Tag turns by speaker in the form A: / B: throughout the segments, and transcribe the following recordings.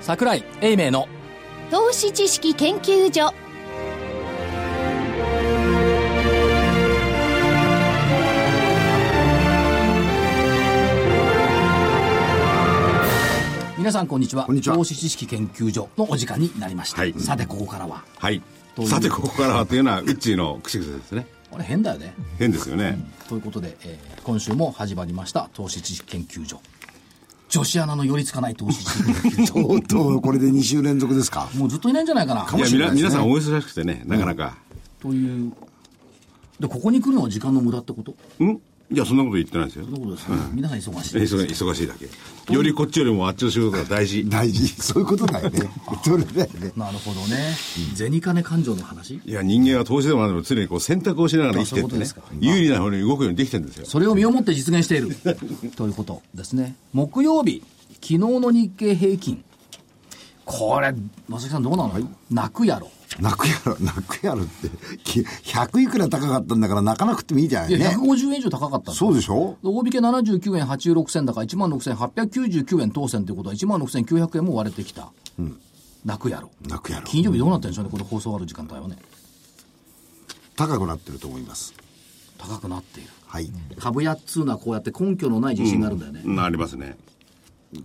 A: 桜井英明の
B: 投資知識研究所
A: 皆さんこんにちは
C: こんにちは
A: 投資知識研究所のお時間になりました、
C: はい
A: さてここからは
C: はい
A: という
C: さてここからはと いうのはウッチーの口癖ですね
A: あれ変だよね
C: 変ですよね、
A: ということで、えー今週も始まりました投資知識研究所女子アナの寄りつかない投資知識研究所
D: とうとうこれで2週連続ですか。
A: もうずっといないんじゃないかな
C: やみな
D: 面白いですね
C: 皆さんお忙しくてねなかなか
A: というでここに来るのは時間の無駄ってこと
C: うんいやそんなこと言ってないですよ
A: そういうことですね、皆さん忙しい
C: え忙忙しいだけよりこっちよりもあっちの仕事が大事
D: 大事。そういうことだ よね。それだよね。
A: なるほどね、銭金勘定の話
C: いや人間は投資でも何でも常にこう選択をしながら生きてってね
A: あそういうこと
C: 有利な方に動くようにできてるんですよ
A: それを身をもって実現してい るということですね木曜日昨日の日経平均これ正木さんどうなの、泣くやろ
D: 泣くやろ、泣くやろって。き100いくら高かったんだから泣かなくてもいいじゃない
A: いや
D: ね。
A: 150円以上高かったんだ
D: そうでしょ
A: 大引け79円86銭だから1万6899円当選ということは1万6900円も割れてきた、泣くやろ
D: 泣くやろ。
A: 金曜日どうなったんでしょうねこの放送ある時間帯はね
D: 高くなってると思います。
A: 高くなっている
D: はい。
A: 株屋っつうのはこうやって根拠のない自信があるんだよね、
C: なりますね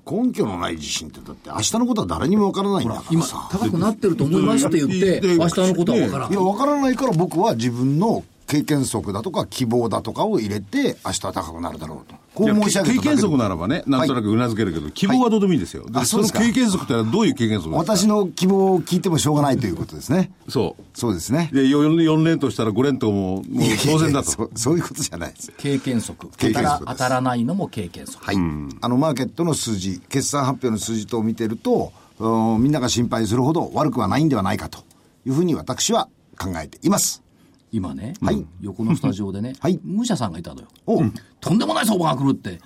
D: 根拠のない自信ってだって明日のことは誰にもわからないんだから
A: 今
D: さ。
A: 高くなってると思いますって言って
C: で
A: 明日のことは分からん
D: いや、わからないから僕は自分の経験則だとか希望だとかを入れて明日は高くなるだろうと。こう申し上げ
C: い
D: た
C: や経
D: だけで
C: 験則ならばねなんとなくうなずけるけど、希望はどうでもいいんですよ、
D: あそうですか
C: の経験則ってのはどういう経験則ですか
D: 私の希望を聞いてもしょうがないということですね。
C: そう
D: そうですね。
C: で 4, 4連投したら5連投ももう当然だと
D: そうそういうことじゃないです。
A: 経験則
D: 経験
A: 当たら
D: 則です
A: 当たらないのも経験則、
D: はい。あの、マーケットの数字、決算発表の数字等を見てると、うんみんなが心配するほど悪くはないんではないかというふうに私は考えています。
A: 今ね、
D: はい
A: 横のスタジオでね、
D: はい
A: 武者さんがいたのよ
D: お、
A: とんでもない相場が来るって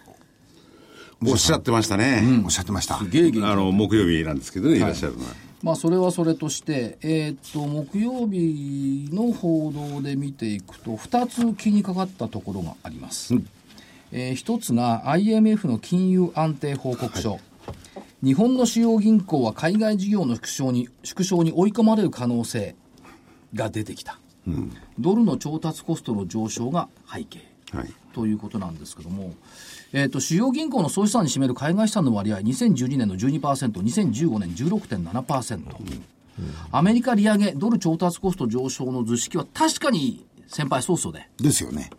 C: おっしゃってましたね、
D: おっしゃってました。
A: ゲーゲー
C: あの木曜日なんですけどね、いらっしゃるのは。
A: まあそれはそれとして、えーっと木曜日の報道で見ていくと2つ気にかかったところがあります、え1つが IMF の金融安定報告書、日本の主要銀行は海外事業の縮小に縮小に追い込まれる可能性が出てきた、ドルの調達コストの上昇が背景
C: はい
A: ということなんですけども、えー、と主要銀行の総資産に占める海外資産の割合、2012年の 12%2015 年16.7%、アメリカ利上げ、ドル調達コスト上昇の図式は確かに先輩早々で、
D: ですよね。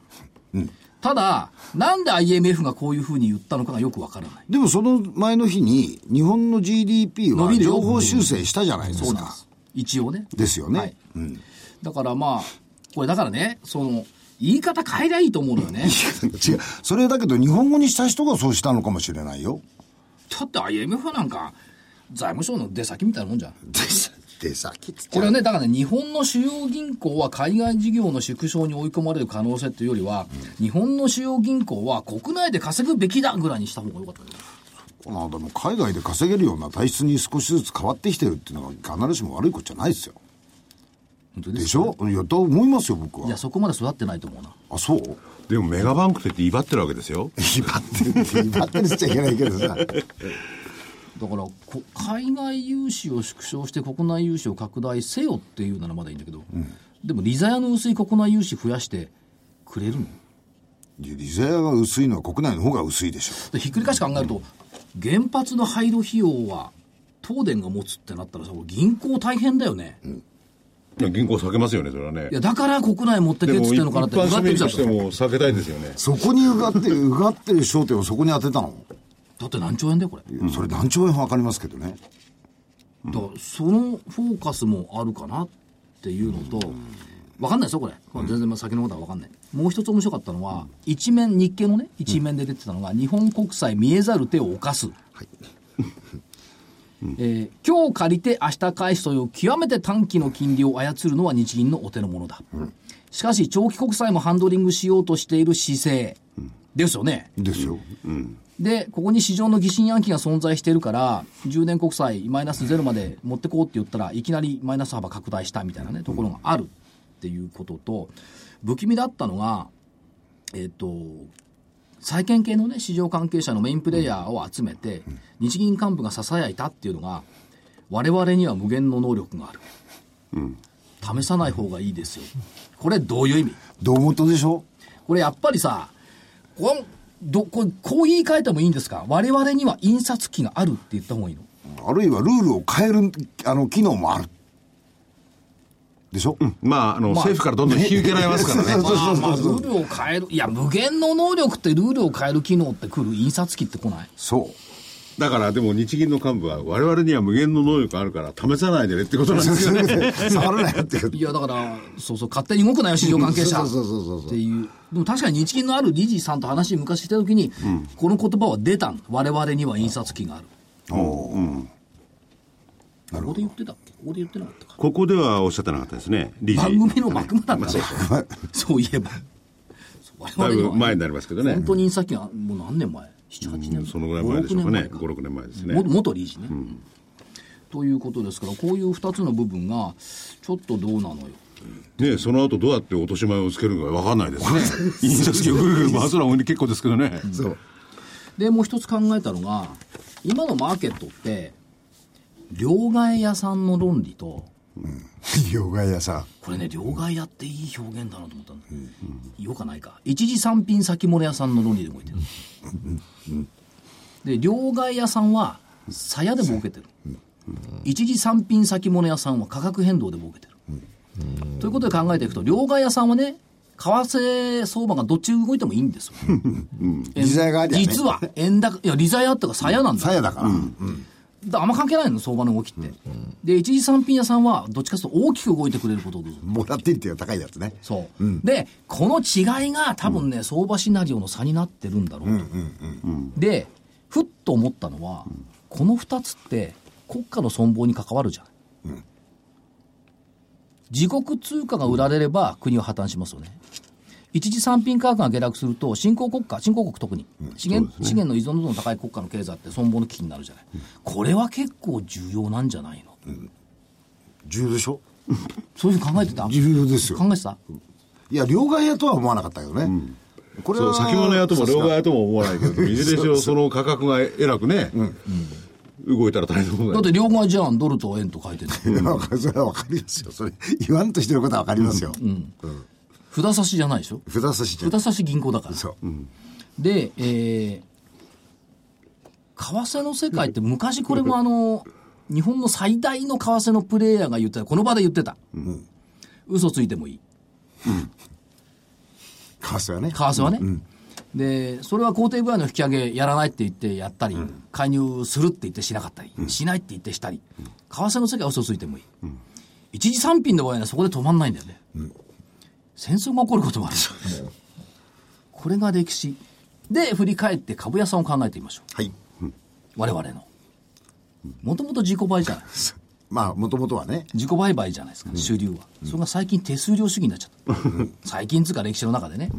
A: ただ、なんで IMF がこういうふうに言ったのかがよくわからない。
D: でもその前の日に、日本の GDP
A: 伸
D: は
A: びるよ
D: 情報修正したじゃないで
A: そう
D: す
A: なんで
D: か。
A: す一応ね。
D: ですよね。
A: はいだからまあ、これだからね、その、言い方変えりゃいいと思うのよ ね。
D: 違う。それだけど日本語にした人がそうしたのかもしれないよ。
A: だって IMF なんか、財務省の出先みたいなもんじゃん。
D: でさ、きつ
A: これはね、だからね、日本の主要銀行は海外事業の縮小に追い込まれる可能性というよりは、日本の主要銀行は国内で稼ぐべきだぐらいにした方が良かったです
D: まあでも海外で稼げるような体質に少しずつ変わってきてるっていうのは必ずしも悪いことじゃないですよ。
A: 本当
D: でし
A: ょ
D: ょいや、と思いますよ、僕
A: いや、
D: は。
A: そこまで育ってないと思うな。
D: あ、そう
C: でもメガバンクって威張ってるわけですよ。
D: 威張ってるって、威張ってるっちゃいけないけど さ。
A: だからこ海外融資を縮小して国内融資を拡大せよっていうならまだいいんだけど、でも利ザヤの薄い国内融資増やしてくれるの
D: いや利ザヤが薄いのは国内の方が薄いでしょ。
A: でひっくり返して考えると、原発の廃炉費用は東電が持つってなったらさ、これ銀行大変だよね。
C: いや銀行避けますよね、それはね
A: い。や、だから国内持ってけっつってんのかなって、
C: 一般市
A: 奪って
C: 民
A: みちゃ
C: と
A: っ
C: して
A: た。
C: も避けたいですよね。
D: そこにうがって、うがってる焦点をそこに当てたの。
A: だって何兆円だよ、これ。だか
D: それ何兆円かわかりますけどね。
A: らそのフォーカスもあるかなっていうのと、わかんないですよ、これ。まあ全然まあ先のことはわかんない。もう一つ面白かったのは、一面、日経のね、一面で出てたのが、日本国債見えざる手を犯す。 えー今日借りて明日返すという極めて短期の金利を操るのは日銀のお手の物だ、しかし長期国債もハンドリングしようとしている姿勢ですよね、
D: ですよ。
A: で、ここに市場の疑心暗鬼が存在しているから、10年国債マイナスゼロまで持ってこうって言ったらいきなりマイナス幅拡大したみたいなね、ところがあるっていうことと、不気味だったのが、えっ、と、債券系のね、市場関係者のメインプレイヤーを集めて、日銀幹部が囁いたっていうのが、我々には無限の能力がある、試さない方がいいですよこれどういう意味
D: どうもとでしょ
A: これやっぱりさこんどここう言い換えてもいいんですか我々には印刷機があるって言った方がいいの
D: あるいはルールを変える、あの、機能もある。でしょ、
C: まあ、あの、政府からどんどん引き受けられます からね。
D: そうそう
A: まあ
D: そ
A: ま
D: う
A: あル
D: そう。
A: ールを変えるいや無限の能力ってルールを変える機能ってくる印刷機って来ない
D: そう。
C: だから、でも日銀の幹部は、我々には無限の能力があるから、試さないでねってことなんですよね。
D: 触 るなよっていう
A: いやだからそうそう勝手に動くなよ市場関係者
D: そうそうそうそうそう
A: っていうでも確かに日銀のある理事さんと話昔した時に、この言葉は出たん我々には印刷機があるおここで言ってたっけここで言ってなかったか
C: ここではおっしゃってなかったですね、理事。
A: 番組の幕間だったねそういえばそ
C: だ
A: う
C: い
A: 我々に
C: ぶ
A: は
C: 前になりますけどね。
A: 本当に印刷機がもう何年前78年
C: うんそのぐらい前でしょうかね。5、6年前ですね。
A: も元理事ね、ということですからこういう2つの部分がちょっとどうなのよ
C: ねその後どうやって落とし前をつけるのか分かんない ですね。印刷機をぐるぐる回すのは本当に結構ですけどね。
D: そう。
A: でもう一つ考えたのが今のマーケットって両替屋さんの論理と
D: ヨガ屋さん。
A: これね両替屋っていい表現だなと思ったんだ、よかないか一次産品先物屋さんの論理で動いてる、で両替屋さんは鞘で儲けてる、一次産品先物屋さんは価格変動で儲けてる、ということで考えていくと両替屋さんはね為替相場がどっち動いてもいいんですよ、
D: 利ざやがありゃね
A: 実は円高いや利ざやってか鞘なんだよ
D: さやだから。
A: だからあんま関係ないの相場の動きって、で一次産品屋さんはどっちかというと大きく動いてくれることをどうぞ
D: もらっていってが高いやつね。
A: そう、でこの違いが多分ね、相場シナリオの差になってるんだろうと、でふっと思ったのは、この2つって国家の存亡に関わるじゃない、自国通貨が売られれば国は破綻しますよね一次産品価格が下落すると新興国家新興国特に資源,、資源の依存度の高い国家の経済って存亡の危機になるじゃない、これは結構重要なんじゃないの、
D: 重要でしょ
A: そういうふうに考えてた
D: 重要ですよ。
A: 考えてた
D: いや、両替屋とは思わなかったけどね。これ
C: そう
D: は。
C: 先物屋とも両替
D: さ
C: 屋とも思わないけど、いずれにしろその価格がえらくね、動いたら大変なことだ
A: だっ
C: よ
A: て両替じゃんドルと円と書いてる
D: すが。いやわかる それはわかりますよ。それ、言わんとしてることはわかりますよ。
A: 札差しじゃないでしょ
D: 札差しじゃん。
A: 札差し銀行だから
D: そう。
A: でえー為替の世界って昔これもあの日本の最大の為替のプレイヤーが言ってたこの場で言ってた、嘘ついてもいい
D: カースはね。
A: 為替はね、でそれは肯定具合の引き上げやらないって言ってやったり、介入するって言ってしなかったり、しないって言ってしたり、為替の世界は嘘ついてもいい、一次産品の場合はそこで止まんないんだよね、戦争が起こることもあるこれが歴史で振り返って株屋さんを考えてみましょ
D: はい。
A: う我々のもともと自己買いじゃない
D: まあ、もともとはね。
A: 自己売買じゃないですか、主流は、それが最近手数料主義になっちゃった、 最近つうか歴史の中でね、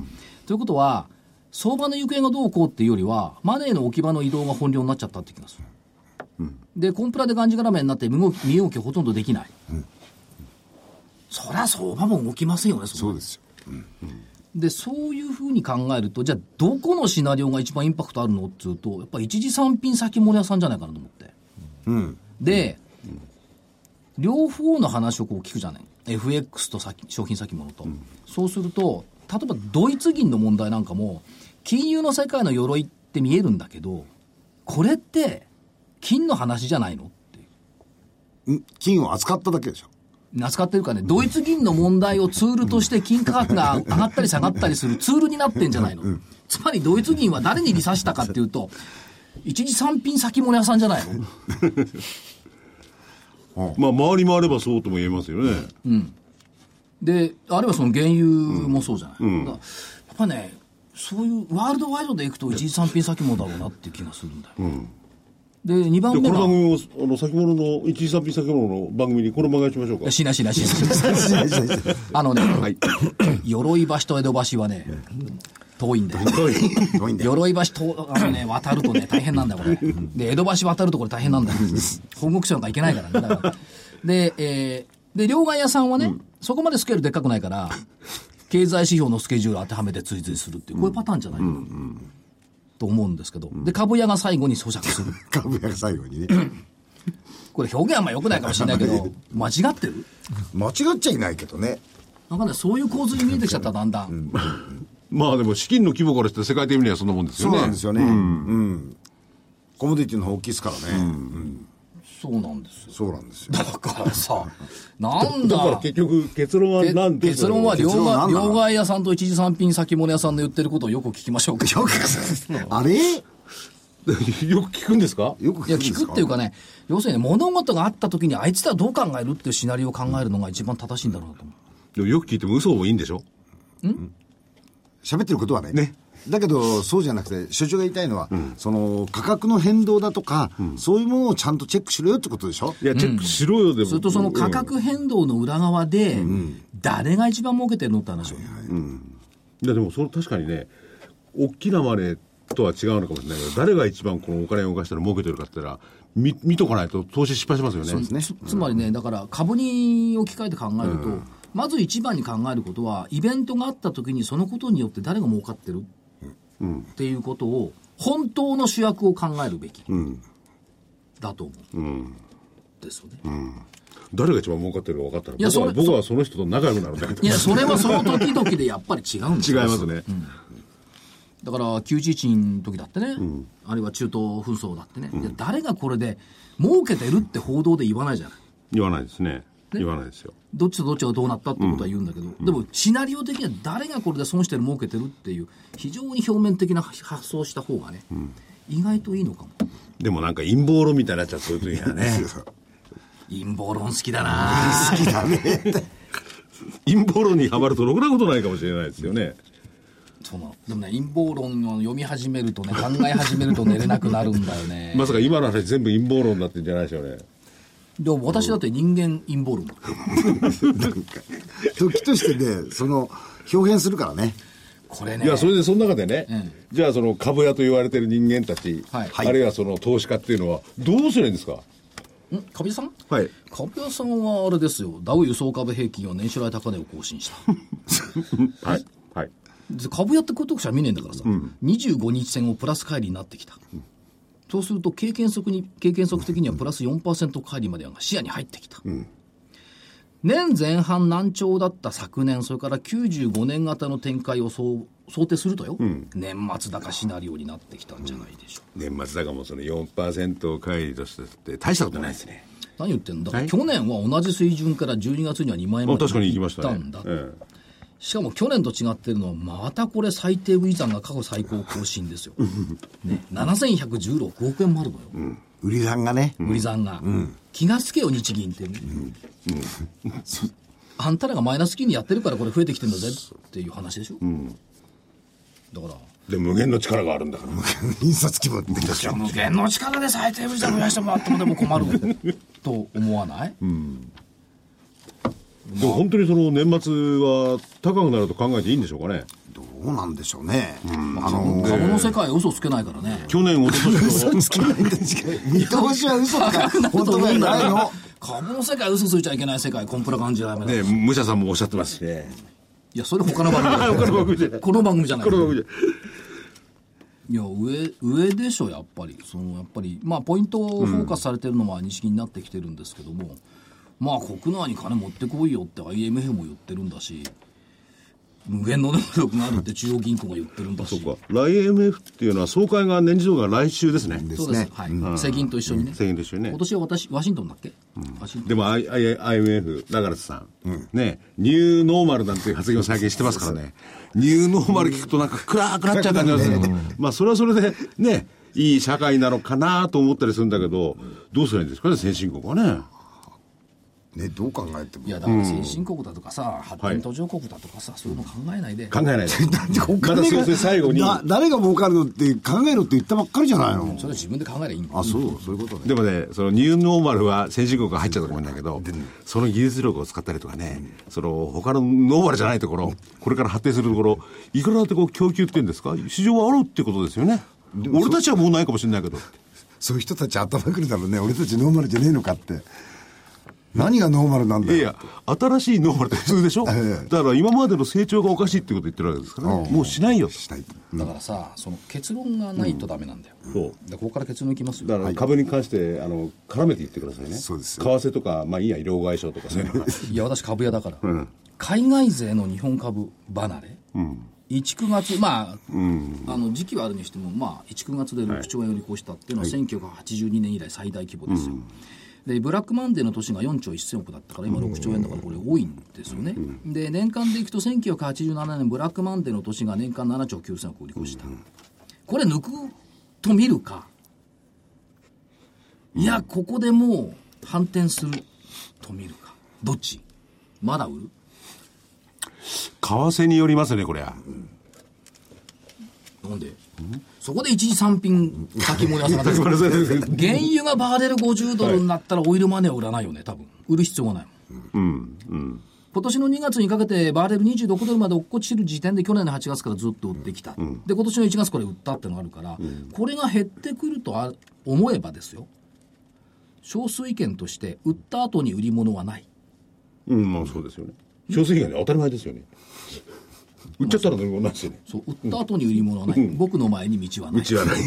A: ということは相場の行方がどうこうっていうよりはマネーの置き場の移動が本領になっちゃったって気がする、でコンプラでがんじがらめになって身動き身動きほとんどできない、そりゃ相場も動きませんよねそう
D: すよ。
A: でそういうふうに考えるとじゃあどこのシナリオが一番インパクトあるのっていうとやっぱ一次産品先物屋さんじゃないかなと思って、で、両方の話をこう聞くじゃない FX と先商品先物と、そうすると例えばドイツ銀の問題なんかも金融の世界の鎧って見えるんだけどこれって金の話じゃないのっていう
D: うん金を扱っただけでしょ。
A: 扱ってるかね、ドイツ銀の問題をツールとして金価格が上がったり下がったりするツールになってんじゃないの。つまりドイツ銀は誰に利さしたかっていうと、一次産品先物屋さんじゃないの。
C: まあ、回り回ればそうとも言えますよね。
A: で、あるいはその原油もそうじゃない。だからやっぱね、そういうワールドワイドでいくと一次産品先物だろうなっていう気がするんだよ。で、2番
C: で
A: 目
C: この番
A: が。
C: 組も、あの、先物の、一時産品先物の番組にこの番組にしましょうか。
A: しないしないしない。あのね、 鎧橋と江戸橋はね、遠いんだよ。
D: 遠い。 遠いんだよ。
A: 鎧橋とあの、ね、渡るとね、大変なんだよ、これ。で、江戸橋渡るとこれ大変なんだよ。本国省なんか行けないからね。だからで、えーで、両替屋さんはね、そこまでスケールでっかくないから、経済指標のスケジュール当てはめて追随するっていう、こういうパターンじゃないかなと思うんですけど、で、株屋が最後に咀嚼する。
D: 株屋が最後にね。
A: これ表現あんま良くないかもしれないけど、間違ってる
D: 間違っちゃいないけどね。
A: なんかね、そういう構図に見えてきちゃった、だんだん。
E: まあでも資金の規模からして世界的にはそんなもんで
D: そ
E: すよ
D: う
E: ね。
D: なんですよね。うん。コモディティの方大きいですからね。うん
A: そうなんですよ。
D: そうなんですよ。
A: だからさ、なん
F: だから
A: だ。
F: 結局結論は
A: け
F: 何で
A: 結論 は両
D: 結論は
A: 替
D: 何なの
A: 両替屋さんと一次産品先物屋さんの言ってることをよく聞きましょうか。
D: よく聞く、あれよ
F: よく聞くんですか
D: く聞くん
A: いや、
D: で
A: 聞
D: す
A: く
D: か
A: っていうかね、要するに物事があった時に、あいつらどう考えるっていうシナリオを考えるのが一番正しいんだろうなと思う。
E: でもよく聞いても嘘もいいんでしょ
D: 喋ってることはね。だけど、そうじゃなくて、所長が言いたいのは、その、価格の変動だとか、そういうものをちゃんとチェックしろよってことでしょ
F: いや、チェックしろよ、でも。
A: それとその価格変動の裏側で、誰が一番儲けてるのって話を。
F: いやでもその確かにね大きなマネーとは違うのかもしれないけど誰が一番このお金を動かしたら儲けてるかって言ったら見見とかないと投資失敗しますよね
D: ね
A: つつまりね、だから株に置き換えて考えると、まず一番に考えることは、イベントがあった時にそのことによって誰が儲かってる、っていうことを、本当の主役を考えるべき、だと思う。ですよね。
F: 誰が一番儲かってるか分かったら
A: や
F: 僕は
A: それ
F: 僕はその人と仲良くなるんだけど
A: いや、それはその時々でやっぱり違うんです
F: 違い
A: よ
F: ますね、
A: だから911の時だってね、あるいは中東紛争だってね、いや誰がこれで儲けてるって報道で言わないじゃない。
E: 言わないですね。言わないですよ。
A: どっちとどっちがどうなったってことは言うんだけど、でもシナリオ的には誰がこれで損してる儲けてるっていう非常に表面的な発想をした方がね、意外といいのかも
E: でもなんか陰謀論みたいになっちゃうそういう 時はね。
A: 陰謀論好きだ な
D: 好きだね。
E: 陰謀論にはまるとろくなことないかもしれないですよね。
A: そのでもね陰謀論を読み始めるとね考え始めると寝れなくなるんだよね
E: まさか今の話全部陰謀論になってんじゃないでしょうね。
A: でも私だって人間陰謀論だ
D: 時としてね、その、表現するからね。
A: これね
E: いや、それでその中でね、
A: うん
E: じゃあその株屋と言われてる人間たち、
A: はい
E: あるいはその投資家っていうのは、どうすればいいんですか
A: んカビさん
E: はい。
A: カビさんはあれですよダウ輸送株平均は年初来高値を更新した
E: はい。はい。
A: で株やってことしか見ねえんだからさ、25日線をプラス乖離になってきた、そうすると経験則に経験則的にはプラス4%乖離までが視野に入ってきた、年前半難聴だった昨年それから95年型の展開を想想定するとよ、年末高シナリオになってきたんじゃないでしょう、
E: 年末だかもその4%を乖離としてって大したことないですね。
A: 何言ってんだだから去年は同じ水準から12月には2万円ま
E: あ
A: で
E: 確かに行き
A: 行
E: ま
A: っ
E: した
A: た
E: ね。
A: んだ、
E: ええ
A: しかも去年と違ってるのは、またこれ、最低部依存が過去最高を更新です よ、ね、7116億円もあるのよ、
D: 売りさんがね。
A: 売り算が、気がつけよ、日銀って、ねあんたらがマイナス金利やってるから、これ増えてきてんだぜっていう話でしょ、だから、
E: で、無限の力があるんだから。
D: 印刷規模って言っ
A: じゃあ無限の力で最低部依存増やしてもらってもでも困ると思わない、
E: でも本当にその年末は高くなると考えていいんでしょうかね。
D: どうなんでしょうね。あの、
A: 株の世界は嘘つけないからね。
E: 去年、一昨年と
D: 嘘つけ ないんだ、見通しは嘘と か、本当だよ、ないの。
A: 株の世界は嘘ついちゃいけない世界、コンプラ感じられない。
E: ね、武者さんもおっしゃってますしね。
A: いや、それ他の番組だこの番組じゃない。いや、上、上でしょ、やっぱり。その、やっぱり、まあ、ポイントをフォーカスされてるのは認識になってきてるんですけども、まあ、国内に金持ってこいよって IMF も言ってるんだし、無限の能力があるって中央銀行が言ってるんだ
E: そ
A: し
E: う。か。来 IMF っていうのは総会が年次総会が来週ですね。
A: そうです。はい。世銀と一緒にね。
E: 世銀と一緒にね
A: 今年は私、ワシントンだっけワシントン
E: でも I- I- IMF、長瀬さん、ね、ニューノーマルなんていう発言を最近してますからね、ニューノーマル聞くとなんか暗くなっちゃう感じなんですけど、まあそれはそれでね、いい社会なのかなと思ったりするんだけど、どうすればいいんですかね、先進国はね。
D: ね、どう考えても。
A: いや、だから先進国だとかさ、発展途上国だとかさ、そういうの考えないで。
E: 考 えない で。
D: お
E: ま
D: 金
E: た
D: が
E: そう最後に、
D: だ誰が儲かるのって考えろって言ったばっかりじゃないの
A: それは自分で考えればいいんだよ
D: あそうそういうことね
E: でもね、そのニューノーマルは先進国が入っちゃったと思うんだけど、その技術力を使ったりとかね、その他のノーマルじゃないところ、これから発展するところ、いくらだってこう供給っていうんですか、市場はあるってことですよね。俺たちはもうないかもしれないけど。
D: そういう人たち頭くるだろうね俺たちノーマルじゃねえのかって何がノーマルなんだ
E: いやい
D: よ。
E: や、新しいノーマルって普通でしょ
D: ええ
E: だから今までの成長がおかしいってこと言ってるわけですからね。もうしないよ。
D: したいと
A: だからさその結論がないとダメなんだよ、
E: そう。
A: でここから結論いきますよ
E: だから株に関して、あの、絡めて言ってくださいね。
D: そうです
E: 為替とか、まあいいや、両替商とかそう いうの。
A: いや私株屋だから、海外勢の日本株離れ、19月まあ、あの時期はあるにしてもまあ19月で6兆円を利越したっていうのは1982年以来最大規模ですよ、でブラックマンデーの年が4兆1000億だったから今6兆円だからこれ多いんですよね、で年間でいくと1987年ブラックマンデーの年が年間7兆9000億を利越した、これ抜くと見るかいや、ここでもう反転すると見るか。どっちまだ売る
E: 為替によりますね、これは。
A: なんでそこで一時産品先物屋さんが 出てくる原油がバーレル50ドルになったらオイルマネーを売らないよね、多分。売る必要がないもん。今年の2月にかけてバーレル26ドルまで落っこちる時点で去年の8月からずっと売ってきた、で今年の1月これ売ったってのがあるから、これが減ってくるとあ思えばですよ少数意見として売った後に売り物はない
E: うん、まあそうですよね。少数以外で当たり前ですよね。売っちゃったらどうもないですよね。
A: そう売った後に売り物はない、僕の前に道はない
E: 道はない。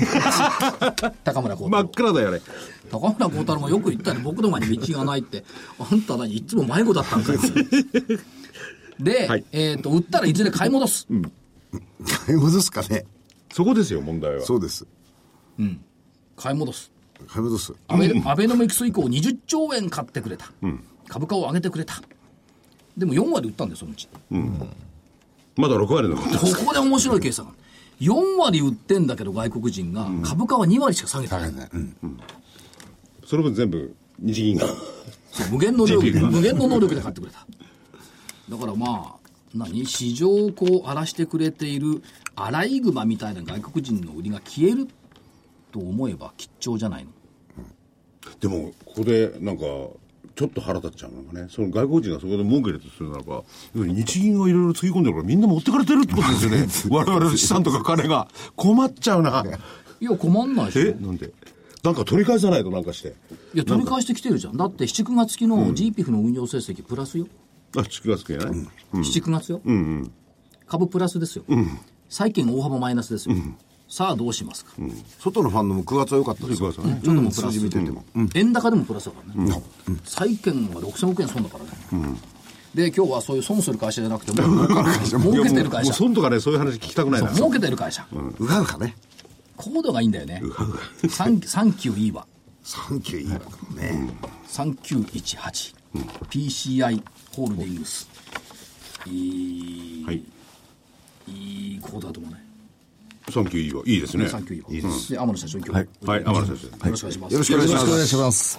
A: 高村光
E: 真
A: 太
E: っ
A: 郎
E: 暗だよ、あれ。
A: 高村光太郎もよく言ったね僕の前に道がないってあんた何いつも迷子だったんかいで、
E: はい
A: えっと売ったらいずれ買い戻す、
D: 買い戻すかね。
E: そこですよ、問題は。
D: そうです。
A: 買い戻す
D: 買い戻す。
A: アベアベノミクス以降20兆円買ってくれた、株価を上げてくれたでも4割売ったんだよそのうち
E: まだ6割残ってる。
A: ここで面白い計算4割売ってんだけど外国人が株価は2割しか下げてない、
E: その分全部、日銀が。
A: そう無限の能力無限の能力で買ってくれただからまあ何市場をこう荒らしてくれているアライグマみたいな外国人の売りが消えると思えば吉兆じゃないの
E: でもここでなんかちょっと腹立っちゃうのがねその外国人がそこで文句入れとするならば要するに日銀がいろいろつぎ込んでるからみんな持ってかれてるってこと ですよね我々の資産とか金が困っちゃうない
A: や困んないでしょ
E: えなんでなんか取り返さないとなんかして
A: いや取り返してきてるじゃんだって7、9月期の GPF の運用成績プラスよ、
E: あ月がつけない、
A: 7、9月よ、株プラスですよ、債券大幅マイナスですよ、さあどうしますか、
D: 外のファンドも9月は良かったですよ。
E: 9月はね
A: ちょっともうプラス、
D: 数字見てても。
A: 円高でもプラスだからね、債券は6000億円損だからね、で今日はそういう損する会社じゃなくてもう儲けてる会社
E: もう
A: そう
E: 損とかねそういう話聞きたくないな
A: 儲けてる会社、
D: うがうかね。
A: コードがいいんだよね3 39いいわ
D: 3級いいわかもね。
A: 3918、PCI ホールディングスいい、
E: はい
A: いいコードだと思うね
E: 産休いいわいいですね
A: 39いいわで天野社長に今日、
E: はい天野先
A: よろしくお願いします、
D: よろしくお願いし
G: よ
D: ま
G: ろしくお願い
D: す。
G: します。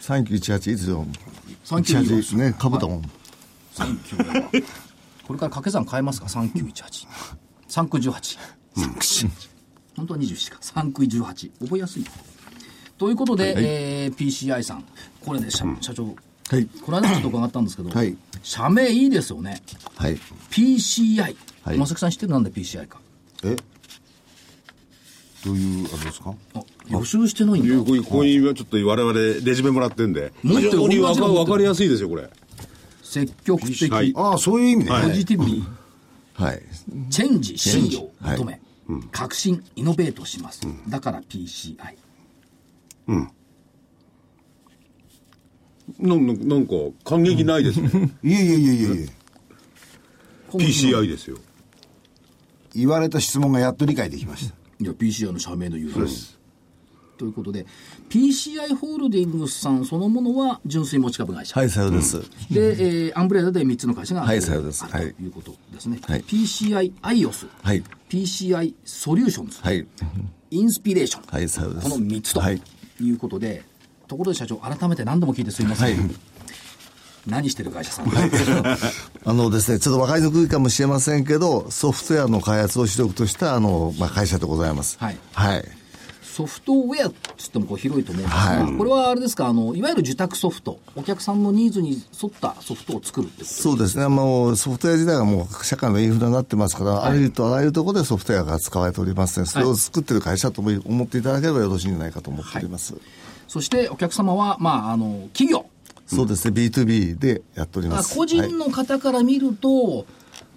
G: 三九一八いつよ。
A: 3918
G: 18ですね。株だもん。
A: 39これから掛け算変えますか3918 3九18本当は27か3九18覚えやすいということで、えー PCI さんこれね社社長、
G: はい
A: この間ちょっと伺ったんですけど、
G: はい
A: 社名いいですよね
G: はい。
A: PCI
G: はい
A: 山崎さん知ってるなんで PCI か
D: えどういうあれですか
A: あ予習してないん
E: 生
A: だ
E: ここにここに今ちょっと我々レジメもらってんで
A: 持ってる
E: 非常に
A: 同
E: わか
A: じの持ってる
E: わかりやすいですよこれ
A: 積極的、
E: はい
D: ああ、そういう意味で
A: ポ
D: ね。
A: ジティブに、
G: はい。
A: チェンジ信用
G: はい
A: 求め、革新イノベートします、だから PCI
E: なんなんか感激ないですね
D: いやいやいやいやいや。
E: PCI ですよ
D: 言われた質問がやっと理解できました。
A: いや PCI の社名の由来ということで PCI ホールディングスさんそのものは純粋持ち株会社、
G: はい、さようです。
A: で、えーアンブレラで3つの会社が
G: はいそうです
A: ある
G: はい
A: ということですね、
G: はい
A: PCI アイオス、
G: はい
A: PCI ソリューションズ、
G: はい。
A: インスピレーション、
G: はい、さようです。
A: この3つと
G: はい。
A: いうことで、ところで社長改めて何度も聞いてすみません、
G: はい
A: 何してる会社さん
G: あのですね、ちょっと若い族かもしれませんけど、ソフトウェアの開発を主力とした、あの、まあ、会社でございます。
A: はい
G: はい。
A: ソフトウェアっつってもこう広いと思うんですが、
G: はい
A: これはあれですかあのいわゆる受託ソフトお客さんのニーズに沿ったソフトを作るってこと
G: そうですね。もう、ソフトウェア自体がもう、社会のインフラになってますから、あらゆるとあらゆるところでソフトウェアが使われておりますね。それを作ってる会社とも思っていただければよろしいんじゃないかと思っております。
A: そしてお客様は、まあ、あの企業
G: そうですね、B2B でやっており
A: ま
G: ま
A: あ
G: す。
A: 個人の方から見ると、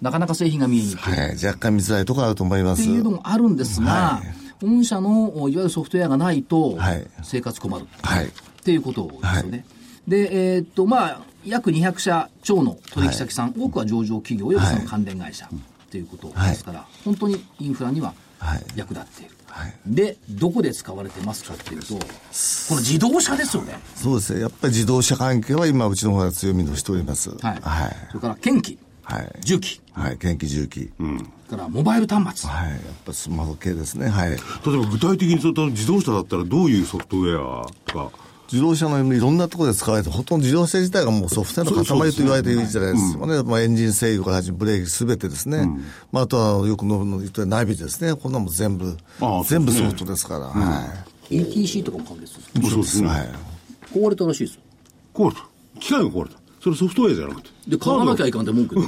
A: なかなか製品が見えにくい
G: はい、はい、若干見づらいところあると思いま
A: って
G: す。
A: いうのもあるんですが、御社のおいわゆるソフトウェアがないと
G: はい
A: 生活困る
G: はい
A: っていうことですよね。で、えーっと、まあ、約200社超の取引先さん、多くは上場企業およびその関連会社っていうことですから、本当にインフラには
G: はい
A: 役立っている。
G: はい
A: で、どこで使われてますかっていうと、この自動車ですよね。
G: そうですね。やっぱり自動車関係は今、うちの方が強みとしております。
A: はい。
G: はい。
A: それから、検機、
G: はい。
A: 重機、
G: はい。元気重機。うん。
A: それからモバイル端末。
G: はい。やっぱスマホ系ですね。はい。
E: 例えば具体的にその自動車だったらどういうソフトウェアが
G: 自動車のいろんなところで使われて、ほとんど自動車自体がもうソフトウェアの塊と言われているじゃないですかね。まあ、エンジン制御から始めブレーキすべてですね。まあ、あとはよくの言ったナビですね。こんなもん全部
E: ああ、
G: 全部
E: そう
G: ソ
E: ですね
G: フトですから。は
A: ETC とかも関係するんで
G: い。
E: そうですね
G: はい。
A: すよ。壊れたらしいですよ。
E: 壊れた機械が壊れたそれソフトウェアじゃなくて
A: で、買わなきゃいかんって文句言っ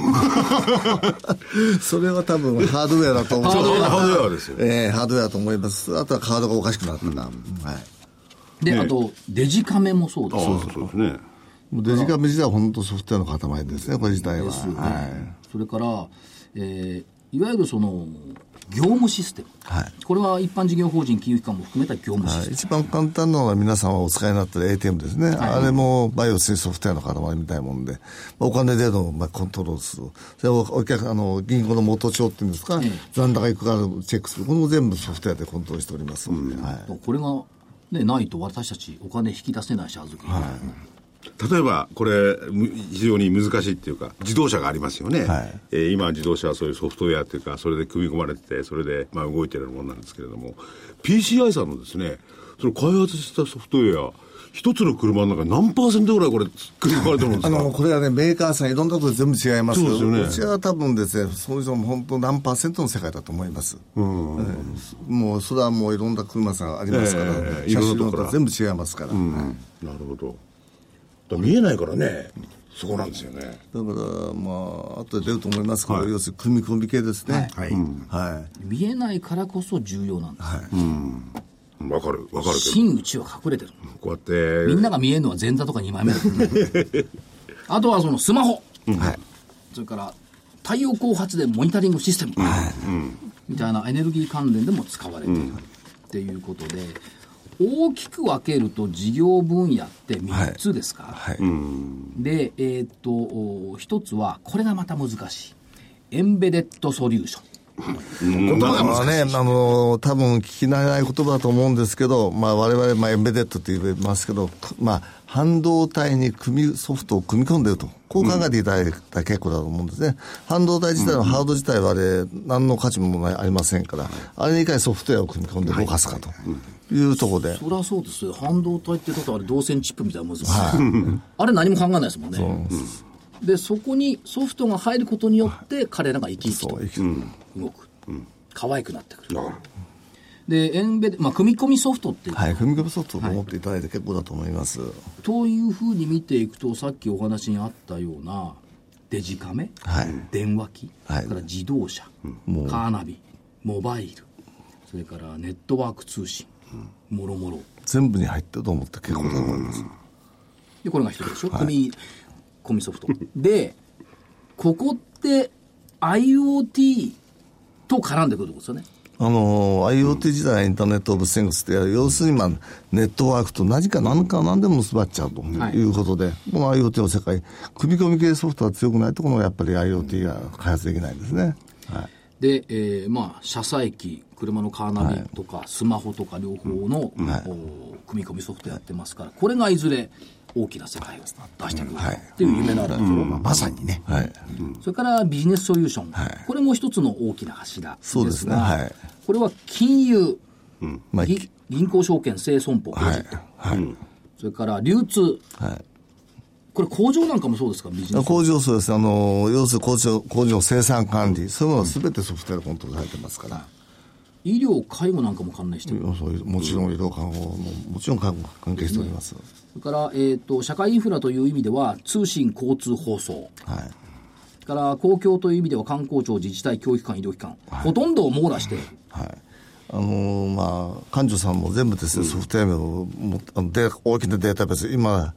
A: てる
G: それは多分ハードウェアだと思う。ハードウ ェ
E: ハードウェアですよ
G: ええハードウェアだと思います。あとはカードがおかしくなったな。はい。
A: で、
E: ね
A: あと、デジカメもそうで
E: ああ
A: す。
E: そうですね
G: もうデジカメ自体は本当ソフトウェアの塊ですね、これ自体は。
A: ですよね
G: はい。
A: それから、えーいわゆるその、業務システム。
G: はい
A: これは一般事業法人、金融機関も含めた業務システム。
G: 一番簡単なのは皆さんはお使いになったる ATM ですね。あれもバイオスにソフトウェアの塊みたいなもんで、まあお金でのまあコントロールする。それをお客、あの、銀行の元帳っていうんですか、残高いくらチェックする。これも全部ソフトウェアでコントロールしておりますので、はい。
A: これが、ね、ないと私たちお金引き出せないし、預け、
E: 例えばこれむ非常に難しいっていうか自動車がありますよね、
G: はい
E: えー今自動車はそういうソフトウェアっていうかそれで組み込まれててそれでまあ動いてるものなんですけれども PCI さんのですねその開発したソフトウェア一つの車の中に何パーセントぐらいこれ組み込まれてるもんで
G: あ
E: すか
G: の、これはね、メーカーさんいろんなところで全部違いますけど
E: そうですよね
G: うちは多分ですね、そういうのも本当何パーセントの世界だと思います。えーもう、それはもういろんな車さんありますから、
E: ええ
G: 車種
E: いろんなところ
G: によっては全部違いますから。はい
E: なるほどだから見えないからねそこなんですよね
G: だから、まあ、後で出ると思いますけど、
E: はい
G: 要するに組み込み系ですね。はい。は
A: 見えないからこそ重要なんです。
E: わかるわかるけど
A: 真打ちは隠れてる。
E: こうやって
A: みんなが見えるのは前座とか2枚目だ けどあとはそのスマホ、それから太陽光発電モニタリングシステム、みたいなエネルギー関連でも使われているっていうことで大きく分けると事業分野って3つですか、
G: い。
A: で、えーっとお1つはこれがまた難しいエンベデッドソリューション
G: 言葉はね、あの、多分聞き慣れない言葉だと思うんですけど、まあ、我々、まあ、エンベデッドって言いますけど、くまあ、半導体に組み、ソフトを組み込んでると。こう考えていただいたら結構だと思うんですね。半導体自体のハード自体はあれ、何の価値もないありませんから、あれにいかにソフトウェアを組み込んで動かすかというところで。
A: そりゃそうですよ半導体ってことはあれ導線チップみたいなものですよね あれ何も考えないですもんねでそこにソフトが入ることによって彼らが生き生きと
G: そう
A: 動く、可愛くなってくる、でエンベデ、まあ、組み込みソフトっていう、
G: はい、組み込みソフトと思っていただいて結構だと思います。
A: というふうに見ていくとさっきお話にあったようなデジカメ、
G: はい
A: 電話機、
G: はい
A: それから自動車、カーナビモバイルそれからネットワーク通信、もろもろ
G: 全部に入ってると思って結構だと思います。
A: でこれが一つでしょ、組み込みソフトでここって IoT と絡んでくるってことですよね
G: あの、IoT 時代インターネット・オブ・セングスってやる、要するに、まあ、ネットワークと何か何か何でも結ばっちゃうと
A: はい
G: いうことで、この IoT の世界、組み込み系ソフトが強くないと、このやっぱり IoT が開発できないんですね。はい
A: で、えーまあ、車載機、車のカーナビとか、スマホとか両方の、
G: はい
A: お組み込みソフトやってますから、これがいずれ大きな世界を出してくるっていう夢のあるところ、
D: まあ、まさにね。
G: はい。
A: それからビジネスソリューション、
G: はい
A: これも一つの大きな柱ですが
G: そうですねはい
A: これは金融、
G: まあ、
A: ぎ銀行証券性損保、
G: はい。はい。
A: それから流通、
G: はい
A: これ工場なんかもそうですか、ビジネス。
G: 工場そうです。あの、要するに工場、工場の生産管理、そういうものは全てソフトウェアでコントロールされてますから。
A: 医療、介護なんかも関連してる。
G: そういうもちろん医療看護も、もちろん看護関係しております。
A: それから、えーと、社会インフラという意味では、通信、交通、放送。
G: はい。
A: それから公共という意味では観光庁、自治体、教育機関、医療機関、ほとんどを網羅して、
G: はいあのーまあ、館長さんも全部ですね、ソフトウェアをもあので大きなデータベース、今、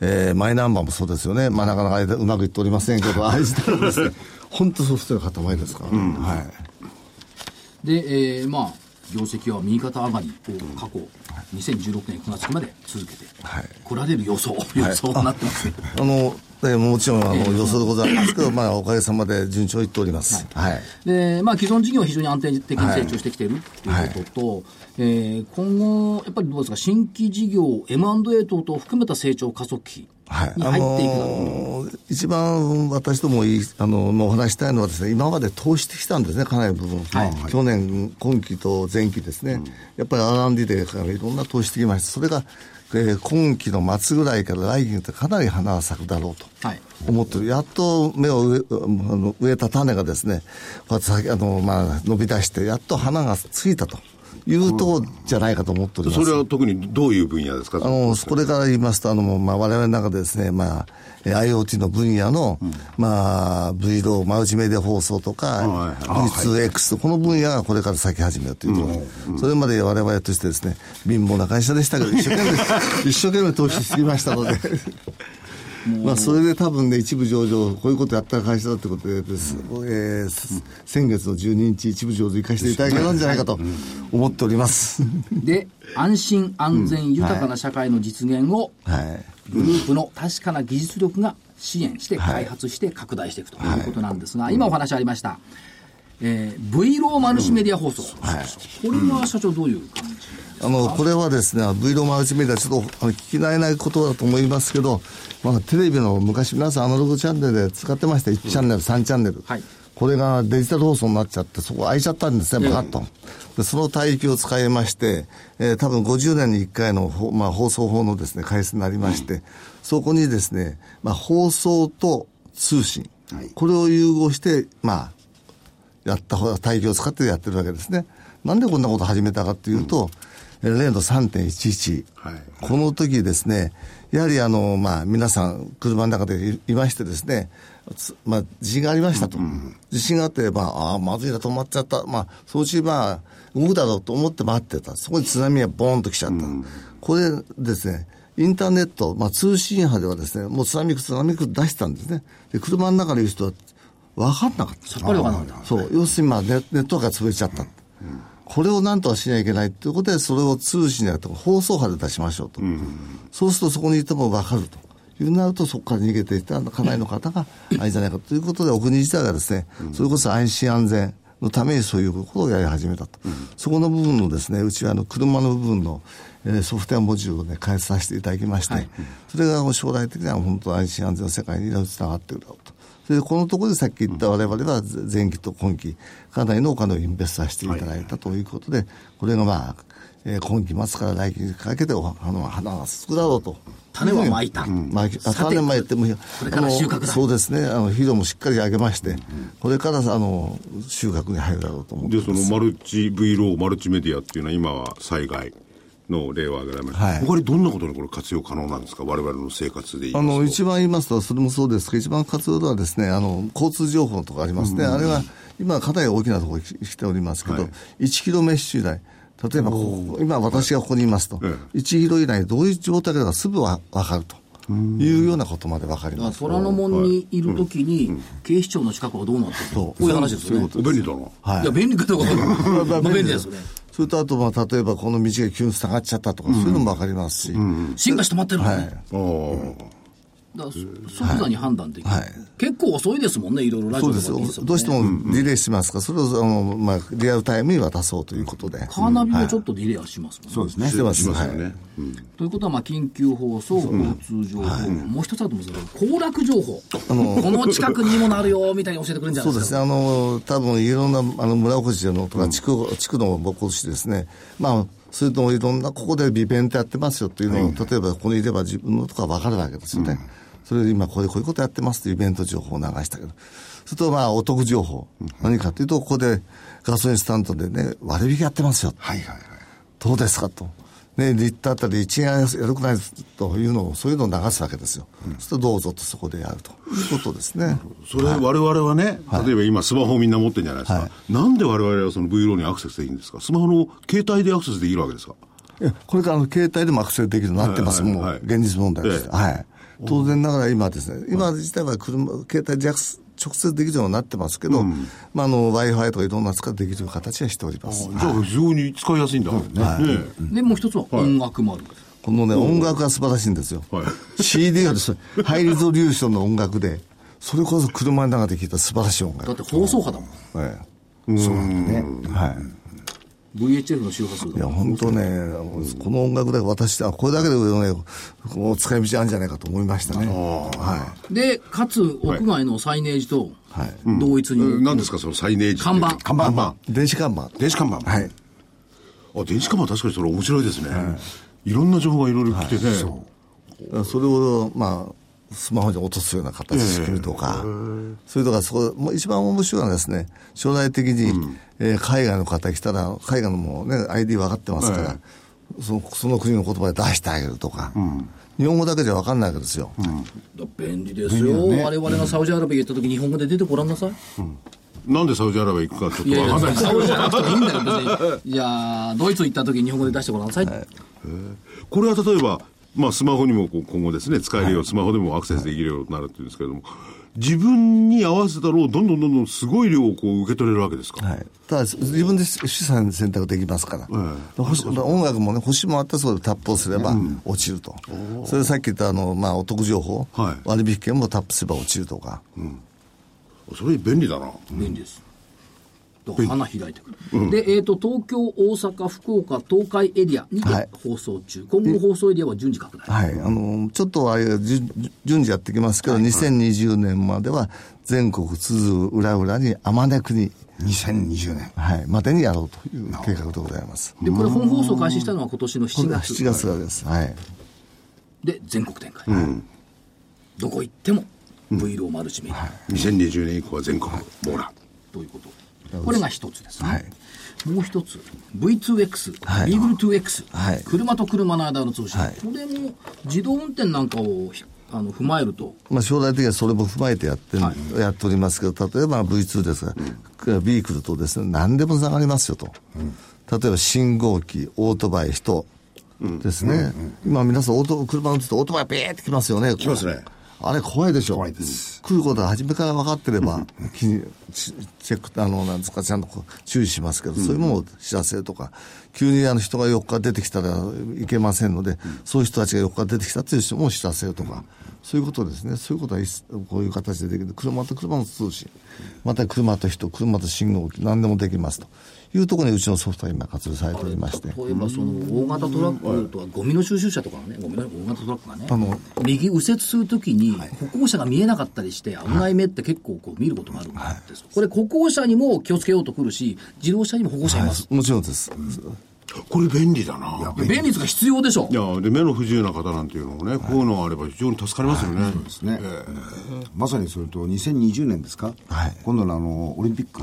G: えーマイナンバーもそうですよね、まあ、なかなかうまくいっておりませんけど、あれ自体はですね、 本当ソフトの塊ですから、はい、
A: で、えーまあ、業績は右肩上がりを過去、2016年9月まで続けて来られる予想、予想になってます。
G: あのえーもちろんあの予想でございますけど、まあ、おかげさまで順調いっております。はい
A: で、まあ、既存事業は非常に安定的に成長してきているということと、えー今後、やっぱりどうですか、新規事業、M&A 等々を含めた成長加速期
G: はい、
A: に入っていくだろうと。
G: ー一番私どもいいあののお話したいのはですね今まで投資してきたんですねかなりの部分、去年今期と前期ですね、やっぱり R&D でからいろんな投資してきましたそれが、えー今期の末ぐらいから来期にかなり花が咲くだろうと。
A: はい
G: 思ってるやっと芽を植えあの植えた種がですねこうやって先あの、まあ、伸び出してやっと花がついたというとこじゃないかと思っております、
E: それは特にどういう分野ですか
G: あのこれから言いますと、あのまあ、我々の中でですね、まあ、えー IoT の分野の、まあ、v ローマルチメディア放送とか、V2X、この分野がこれから咲き始めるというところ、それまで我々としてですね、貧乏な会社でしたけど、一生懸 命、一生懸命投資してきましたので。まあそれで多分ね、一部上場、こういうことやった会社だってことで、ですえーす先月の12日、一部上場行かせていただけたんじゃないかと思っており ます。
A: で、安心安全豊かな社会の実現を、
G: はい
A: グループの確かな技術力が支援して、開発して、拡大していくということなんですが、今お話ありました、えー、V ローマルチメディア放送、これは社長、どういう感じ
G: あのこれはですね、V ロマルチメディア、ちょっとあの聞き慣れないことだと思いますけど、まあ、テレビの昔、皆さん、アナログチャンネルで使ってました、1チャンネル、3チャンネル、
A: はい
G: これがデジタル放送になっちゃって、そこ空いちゃったんですね、パカッと。でその帯域を使いまして、えー多分50年に1回のほ、まあ、放送法のですね、改正になりまして、そこにですね、まあ、放送と通信、これを融合して、まあ、やったほう大量を使ってやってるわけですね。なんでこんなこと始めたかっていうと、えー例の3.11、
E: はい
G: この時ですね、やはりあの、まあ、皆さん、車の中でいいましてですね、つまあ、地震がありましたと。地震があって、まあ、ああ、まずいな、止まっちゃった。まあ、そのうち、まあ、動くだろうと思って待ってた。そこに津波がボーンと来ちゃった。これですね、インターネット、まあ、通信波ではですね、もう津波く津波く出してたんですね。で、車の中にいる人は、分かんなかった。
A: さっぱりわかんなかった
G: そう、要するにまあネネットワークが潰れちゃった。これをなんとかしなきゃいけないということで、それを通信じゃなくて放送波で出しましょうと。そうするとそこにいても分かると。いうなると、そこから逃げていた家内の方が、あれじゃないかということで、お国自体がですね、それこそ安心安全のためにそういうことをやり始めたと。そこの部分のですね、うちはあの、車の部分の、えーソフトウェアモジュールをね、開発させていただきまして、それがもう将来的には本当安心安全の世界につながっているだろうと。それでこのところでさっき言った我々は前期と今期かなりのお金をインベストさせていただいたということで、これがまあ、えー今期末から来期にかけておあの花がつくだろうと。
A: 種はまいた
G: うんまあ、種まいてもこ
A: れから収穫だ
G: そうですね。あの、肥料もしっかり上げまして、これから、あの、収穫に入るだろうと思っ
E: で
G: てます
E: そのマルチ V ローマルチメディアっていうのは今は災害の例を挙げられました、
G: はい
E: 他にどんなことにこれ活用可能なんですか我々の生活で言いま
G: あ
E: すと
G: の一番言いますと、それもそうですけど、一番活用度はですね、あの交通情報とかありますね、あれは今、かなり大きなところに来来ておりますけど、1キロメッシュ以内、例えばここ今、私がここにいますと、
E: え
G: 1キロ以内、どういう状態かがすぐわ分かるというようなことまで分か
A: だか
G: り
A: ら
G: ます。
A: 虎ノ門にいるときに、警視庁の近くはどうなってるのこういう話ですよね。
E: 便利だな
A: はい、いや、便利かどうかわ かんないまあ便利ですよね。
G: それとあと、まあ、例えばこの道が急に下がっちゃったとか、そういうのも分かりますし、
A: 進化してまってるのね。
G: はい
A: だか
E: あー
A: らそ即座に判断できる、
G: はい
A: 結構遅いですもんね、いろいろラジ
G: そ
A: オ
G: う
A: と
G: で
A: かでいい
G: すよ
A: ですよね
G: どうしてもディレイしますから、それをあの、まあ、リアルタイムに渡そうということで、
A: カーナビもちょっとディレイはしますもんね。
D: そうですね
G: してます
E: しますよ
G: はい
E: ね、
A: ということは、まあ、緊急放送、交通情報、もう一つあると思うんですけど、行楽情報、この近くにもなるよみたいに教えてくれるんじゃないう
G: そ
A: で
G: ですす
A: か。
G: ね、あの多分いろんなあの村おこしのとか、地区地区のぼこしですね、まあ、それともいろんな、ここでビベントやってますよっていうのを、例えばここにいれば自分のとか分かるわけですよね、それで今こういう、こういうことやってますっていうイベント情報を流したけど、それとまあお得情報、何かというと、ここでガソリンスタンドでね、割引やってますよ、
D: はいはいはい
G: どうですかと。ね、リッターあたり1円やるくないですというのを、そういうのを流すわけですよ。そしてどうぞとそこでやるということですね。
E: それ我々はね、例えば今スマホをみんな持ってるじゃないですか、
G: はい
E: なんで我々はその V ローにアクセスできるんですかスマホの携帯でアクセスできるわけですか
G: いやこれからあの携帯でもアクセルできるようになってます、
E: はいはい
G: も
E: はいう
G: 現実問題です、
E: ええ
G: はい、当然ながら今ですね、今自体は車、携帯弱直接できるようになってますけど、まあ、あの Wi-Fi とかいろんな使いできる形はしております。
E: じゃあ非常に使いやすいんだ、ねね
A: でもう一つは音楽もある、
G: このね、音楽が素晴らしいんですよ。CD はですね、ハイリゾリューションの音楽で、それこそ車の中で聴いた素晴らしい音
A: だっ
G: 楽。
A: て放送波だもん
G: え
D: そうなんだね。
G: えはい。
A: VHF の周波数だもん
G: いや、本当ね、この音楽で私は、これだけで、ね、こう使い道あるんじゃないかと思いましたね。は
A: で、かつ屋外のサイネージと
G: はい
A: 同一に、
E: うん何ですかそのサイネージって
A: 看板
G: い。看板。電子看板。
E: 電子看板
G: はい。
E: あ電子看板確かにそれ面白いですね、い、ろんな情報がいろいろ来てね、
G: それを、まあ、スマホに落とすような形で作るとか、それとか、そこ、もう一番面白いのはですね、将来的に、えー海外の方来たら、海外のもうね、ID 分かってますから、そのその国の言葉で出してあげるとか、日本語だけじゃ分かんないわけですよ。
A: 便利ですよ、我々がサウジアラビア行った時日本語で出てごらんなさい、
E: なんでサウジアラビア行くかちょっ
A: い
E: と
A: や
E: わ
A: いや
E: かんない
A: サウジじゃなくてもいいんだよ別 にいやドイツ行った時日本語で出してごらんなさい、
E: これは例えば、まあ、スマホにもこう今後ですね使えるよう、スマホでもアクセスできるようになるっていうんですけれども自分に合わせたろうどんどんどんどんすごい量をこう受け取れるわけですか、
G: はい、ただ自分で資産選択できますから、星音楽もね星もあったそうでタップをすれば落ちると、それさっき言ったあの、まあ、お得情報、
E: はい
G: 割引券もタップすれば落ちるとか、
E: それ便利だな
A: 便利ですだから花開いてくる、で、えー、と東京大阪福岡東海エリアにて
G: はい
A: 放送中、今後放送エリアは順次拡大、
G: はい、あのちょっとあれじゅ順次やってきますけど、2020年までは全国津々浦々にあまねくに、
D: 2020年。
G: はい、までにやろうという計画でございます。
A: でこれ本放送開始したのは今年の
G: こ
A: 7
G: れが
A: 月
G: 7月からです。はい。
A: で全国展開、どこ行っても V ローマルチメディア、
E: 2020年以降は全国網羅
A: ということこれが一つですね、
G: はい
A: もう一つ V2X、
G: はい
A: ビーグル 2X、
G: はい
A: 車と車の間の通信、
G: はい
A: これも自動運転なんかをひあの踏まえると
G: まあ、将来的にはそれも踏まえてやって,、
A: は
G: やっておりますけど、例えば V2 ですが、ビークルとですね、何でもつながりますよと。例えば信号機、オートバイ、人ですね。今皆さんオート、車乗っててオートバイビーって来ますよね。来
E: ますね。
G: あれ怖いでしょ怖いです。来ることは初めから分かってれば、気にチチェック、あの、なんですか、ちゃんとこう注意しますけど、そういうものを知らせるとか、急にあの人が4日出てきたらいけませんので、そういう人たちが4日出てきたという人も知らせるとか、そういうことですね。そういうことは一切こういう形でできる。車と車の通信、また車と人、車と信号機、何でもできますというところにうちのソフトが今活用されておりまして。
A: 例えばその大型トラックとはゴミの収集車とかのねゴミの大型トラックがね
G: あの
A: 右右折するときに歩行者が見えなかったりして危ない目って結構こう見ることがあるんです、これ歩行者にも気をつけようとくるし自動車にも歩行者います、
G: もちろんです。
E: これ便利だな
A: 便利が必要でしょ
E: いやで目の不自由な方なんていうのもね、こういうのがあれば非常に助かりますよね、
D: ですね、まさにそれと2020年ですか、
G: はい
D: 今度のあのオリンピック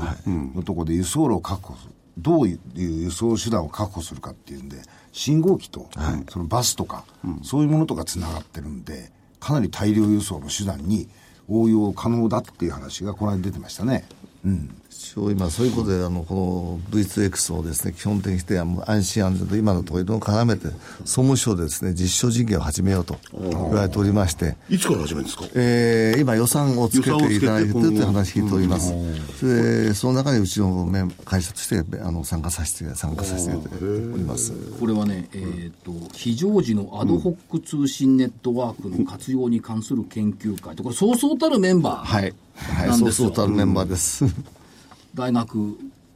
D: のところで輸送路を確保する、どういう輸送手段を確保するかっていうんで、信号機と、そのバスとか、そういうものとかつながってるんで、かなり大量輸送の手段に応用可能だっていう話がこの間出てましたね。うん、
G: 一応今そういうことであのこの V2X をですね基本的にしてあの安心安全と今のところを絡めて総務省でですね実証実験を始めようと言われておりまして、
E: いつから始めるんですか
G: えー今予算をつけていただいているという話を聞いております、でその中にうちのメン会社としてあの参加させて参加させていただいております
A: これはね、えーと非常時のアドホック通信ネットワークの活用に関する研究会とこれそうそうたるメンバー、
G: はい、
A: な
G: は、
A: いん
G: そ
A: で
G: う
A: す
G: そ
A: よ
G: うたるメンバーです、
A: 大学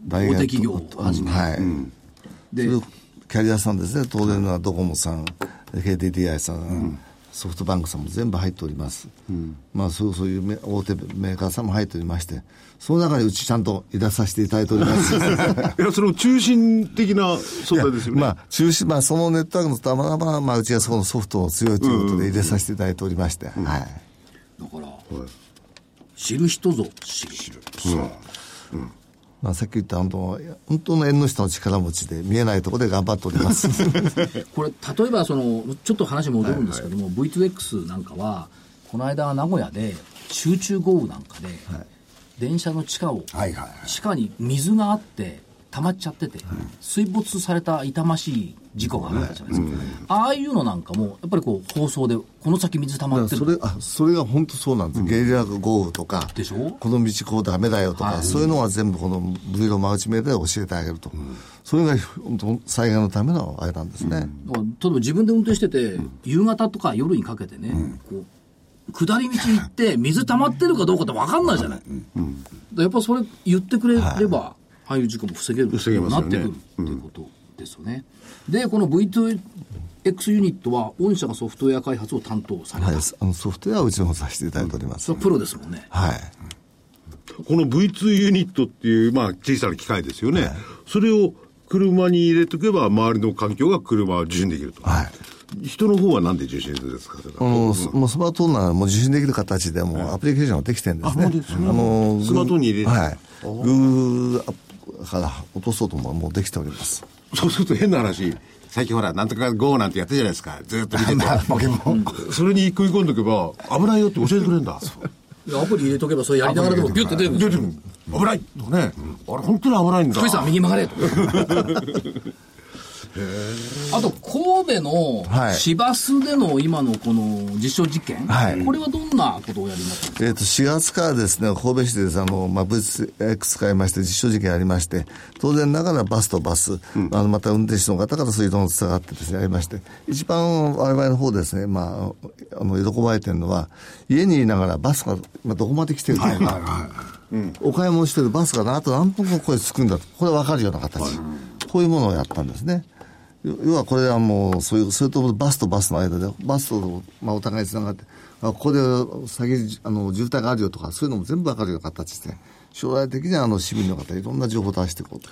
G: 大
A: 大
G: 学
A: 手企業をはじめ、
G: はい、
A: で
G: それをキャリアさんですね当然なドコモさん KDDI さん、ソフトバンクさんも全部入っております、まあそうそういうめ大手メーカーさんも入っておりましてその中にうちちゃんと入れさせていただいております
E: いやその中心的な存在ですよね、
G: まあ中心まあそのネットワークのたまたま、まあ、うちはそこのソフトを強いということで入れさせていただいておりまして、はい
A: だから、知る人ぞ知る
G: まあ、さっき言った本当本当の縁の下の力持ちで見えないところで頑張っております
A: これ例えばそのちょっと話戻るんですけども、V2X なんかはこの間名古屋で集中豪雨なんかで、電車の地下を、
D: はいはいはい
A: 地下に水があって溜まっちゃってて、水没された痛ましい事故があったじゃないですか、ああいうのなんかも、やっぱりこう放送で、この先水溜まって
G: そ
A: る
G: れあそれが本当そうなんです、ゲリラ豪雨とか
A: でしょ
G: この道こうダメだよとか、
A: はい
G: そういうのは全部この V のマルチメディアで教えてあげると、それが本当災害のためのあれなんですね、
A: だから例えば自分で運転してて、夕方とか夜にかけてね、こう下り道行って、水溜まってるかどうかって分かんないじゃない、だからやっぱそれ言ってくれれば、ああいう事故も防げる
E: 防げます
A: な
E: よ
A: っ
E: ね
A: てくるっていうことですよね。で、この V2X ユニットは、御社がソフトウェア開発を担当された、
G: はい、あのソフトウェアはうちの方させていただいております、
A: それはプロですもんね。
G: はい
E: この V2 ユニットっていう、まあ、小さな機械ですよね、それを車に入れとけば、周りの環境が車は受信できると、
G: はい
E: 人の方はなんで受信するんですか、それは
G: あのもうスマートフォンならもう受信できる形でもうアプリケーションができてるんですね。
E: あもうですね
G: の
E: スマートフォンに入れる
G: はい。Google アップから落とそうとももうできております。
E: そうすると変な話、最近ほら、なんとか GO なんてやってるじゃないですか、ずっと見て
D: まあポケモン
E: て、それに食い込んどけば、危ないよって教えてくれるんだ。
A: アプリ入れとけば、それやりながらでも、ビュッて出てくるんですよ。
E: 危ないとかね、あれ、本当に危ないんだ。
A: 福井さん、右曲がれと。あと、神戸の
G: はい
A: 市バスでの今のこの実証実験、
G: はい
A: これはどんなことをおやりになったんですか
G: えっ、と、4月からですね、神戸市でですあの、まあ、VX 使いまして、実証実験やりまして、当然ながらバスとバス、あの、また運転手の方からそういうのを伝わってですね、やりまして、一番我々の方ですね、まあ、あの、喜ばれてるのは、家にいながらバスが、まあ、どこまで来てるか、お買い物してるバスがなあと何分もこれ着くんだと、これ分かるような形、こういうものをやったんですね。要要はこれはもうそういうそれとバスとバスの間でバスと、まあ、お互いつながってあここで先あの渋滞があるよとかそういうのも全部分かるような形で将来的にはあの市民の方いろんな情報を出していこうと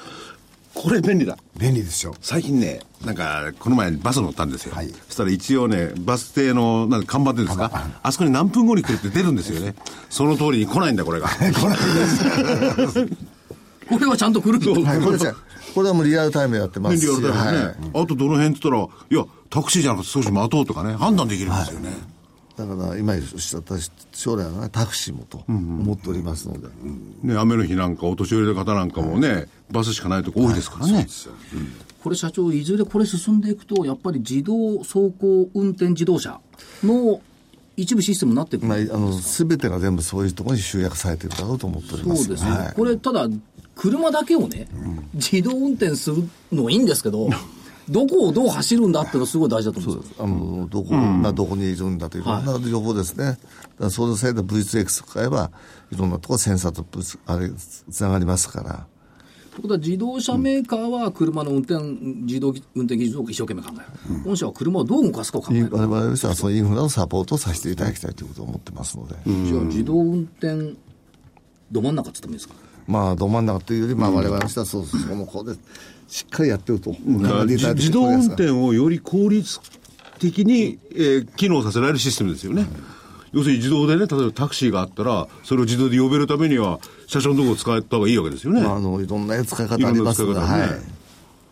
E: これ便利だ。
D: 便利ですよ
E: 最近ね、なんか、この前バス乗ったんですよ。そしたら一応ね、バス停の、なんか看板っていうんですか、あそこに何分後に来るって出るんです よね。その通りに 来ないんだ、これが。
A: これはちゃんと来ると。
G: はいこれじゃこれはもうリアルタイムでやってますし
E: 便利だよね、
G: はい
E: あとどの辺って言ったら、いや、タクシーじゃなくて少し待とうとかね、判断できるんですよね。
G: だから今おっしゃった将来はねタクシーもと思っておりますので、
E: ね、雨の日なんか、お年寄りの方なんかもね、バスしかないとこ多いですからね。
A: これ社長、いずれこれ進んでいくと、やっぱり自動走行運転自動車の一部システムになっていくる
G: まあ、あの全てが全部そういうところに集約されてるだろうと思っております
A: そうですね、
G: はい
A: これ、ただ、車だけをね、自動運転するのはいいんですけど、どこをどう走るんだっていうのはすごい大事だと思うんですよ。
G: あのどこ、まあ、どこにいるんだといういろんな情報ですね、だからその際で V2X 使えばいろんなところセンサーとぶつあれつながりますから
A: ということは自動車メーカーは車の運転、自動運転技術を一生懸命考える、本社は車をどう動かすかを考え
G: い
A: る、
G: 我々としてはそのインフラのサポートをさせていただきたいということを思ってますので、
A: じゃあ自動運転ど真ん中って言ってもいいですか、
G: まあど真ん中というより、まあ、我々としてはそうそうもうこうでしっかりやってると、
E: だから自自動運転をより効率的に、えー機能させられるシステムですよね。要するに自動でね、例えばタクシーがあったら、それを自動で呼べるためには、車掌のところを使った方がいいわけですよね。
G: まあ、あのいろんな使い
E: い
G: 方あ
E: ろん
G: り
E: な
G: ま
E: 使
G: す
E: い方
G: ので、
E: ね。
G: はい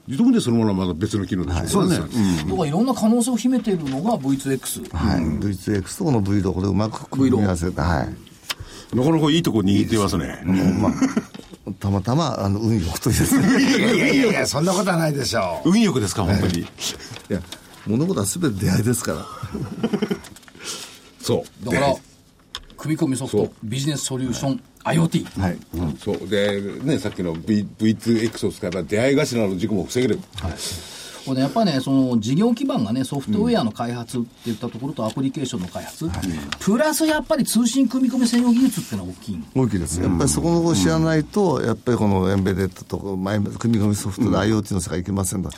E: 自動運転そのものはまだ別の機能ですよね。そうです
A: とかいろんな可能性を秘めているのが V2X、
G: はい V2X とこの V ロゴでうまく組み合わせて、はい
E: なかなかいいとこ握ってますね。
G: まあ、たまたまあの運よくというですね
D: いやいやいやいやそんなことはないでしょ
E: 運欲ですか、本当に。
G: いや物事は全て出会いですから
E: そう。
A: だから、組み込みソフト、ビジネスソリューション、IoT、
G: はい
E: そうでね、さっきの V- V2X を使えば出会い頭の事故も防げる、
A: これねやっぱりね、その事業基盤がね、ソフトウェアの開発っていったところとアプリケーションの開発、プラスやっぱり通信組み込み専用技術っていうのが大きい。
G: 大きいです、やっぱりそこの方を知らないと、やっぱりこのエンベデッドとか、まあ組み込みソフトで IoT の世界いけませんので、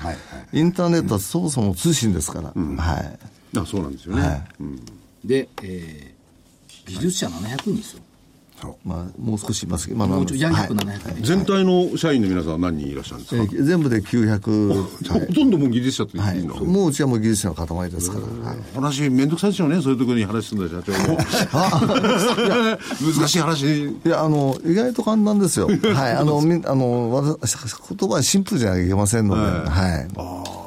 G: インターネットはそもそも通信ですから、はい、
E: あそうなんですよね、
A: で、えー技術者700人ですよ。
G: まあ、もう少しいますけど、まあ、
A: もうちょい、
G: な
A: 約
G: ん
A: 700
G: です
A: 人。
E: うん全体の社員の皆さんは何人いらっしゃるんです
G: はい
E: か、
G: えー全部で900、は
E: ほとんどもう技術者と言っていい
G: い
E: の、
G: もううちはもう技術者の塊ですから、はい
E: 話めんどくさいですよねそういうところに話すんだ社長も 難しい話
G: いやあの意外と簡単ですよ、はい、あ のみあの私言葉はシンプルじゃなきゃいけませんので、はい、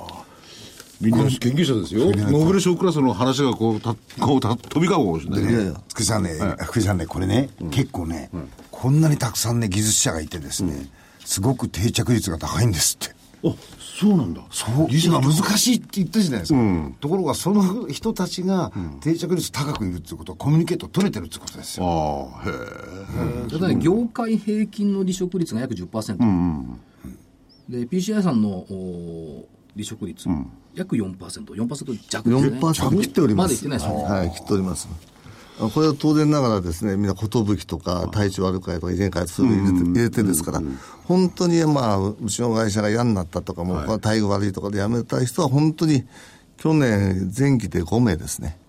E: みんな研究者ですよノーベル賞クラスの話がこうたこうた飛び交うかもしれない
D: いやいや福井さんね、福井さんねこれね、結構ね、こんなにたくさんね技術者がいてですね、すごく定着率が高いんですって。
E: あそうなんだ
D: そう、技術が難しいって言ったじゃないですか。ところが、その人たちが定着率高くいるっていうことは、コミュニケート取れてるってことですよ。
E: ああへ
A: ただね業界平均の離職率が約10%、で PCI さんのおー離職率、約 4%4% 弱ですね
G: 4%切っております。
A: まだいってないですよね
G: はい、切っております。あこれは当然ながらですね、みんな寿とか体調悪くないとか遺伝会そういうの入れて入れてるんですから、本当にまあ、うちの会社が嫌になったとか、もう待遇悪いとかで辞めた人は本当に去年前期で5名ですね。
E: え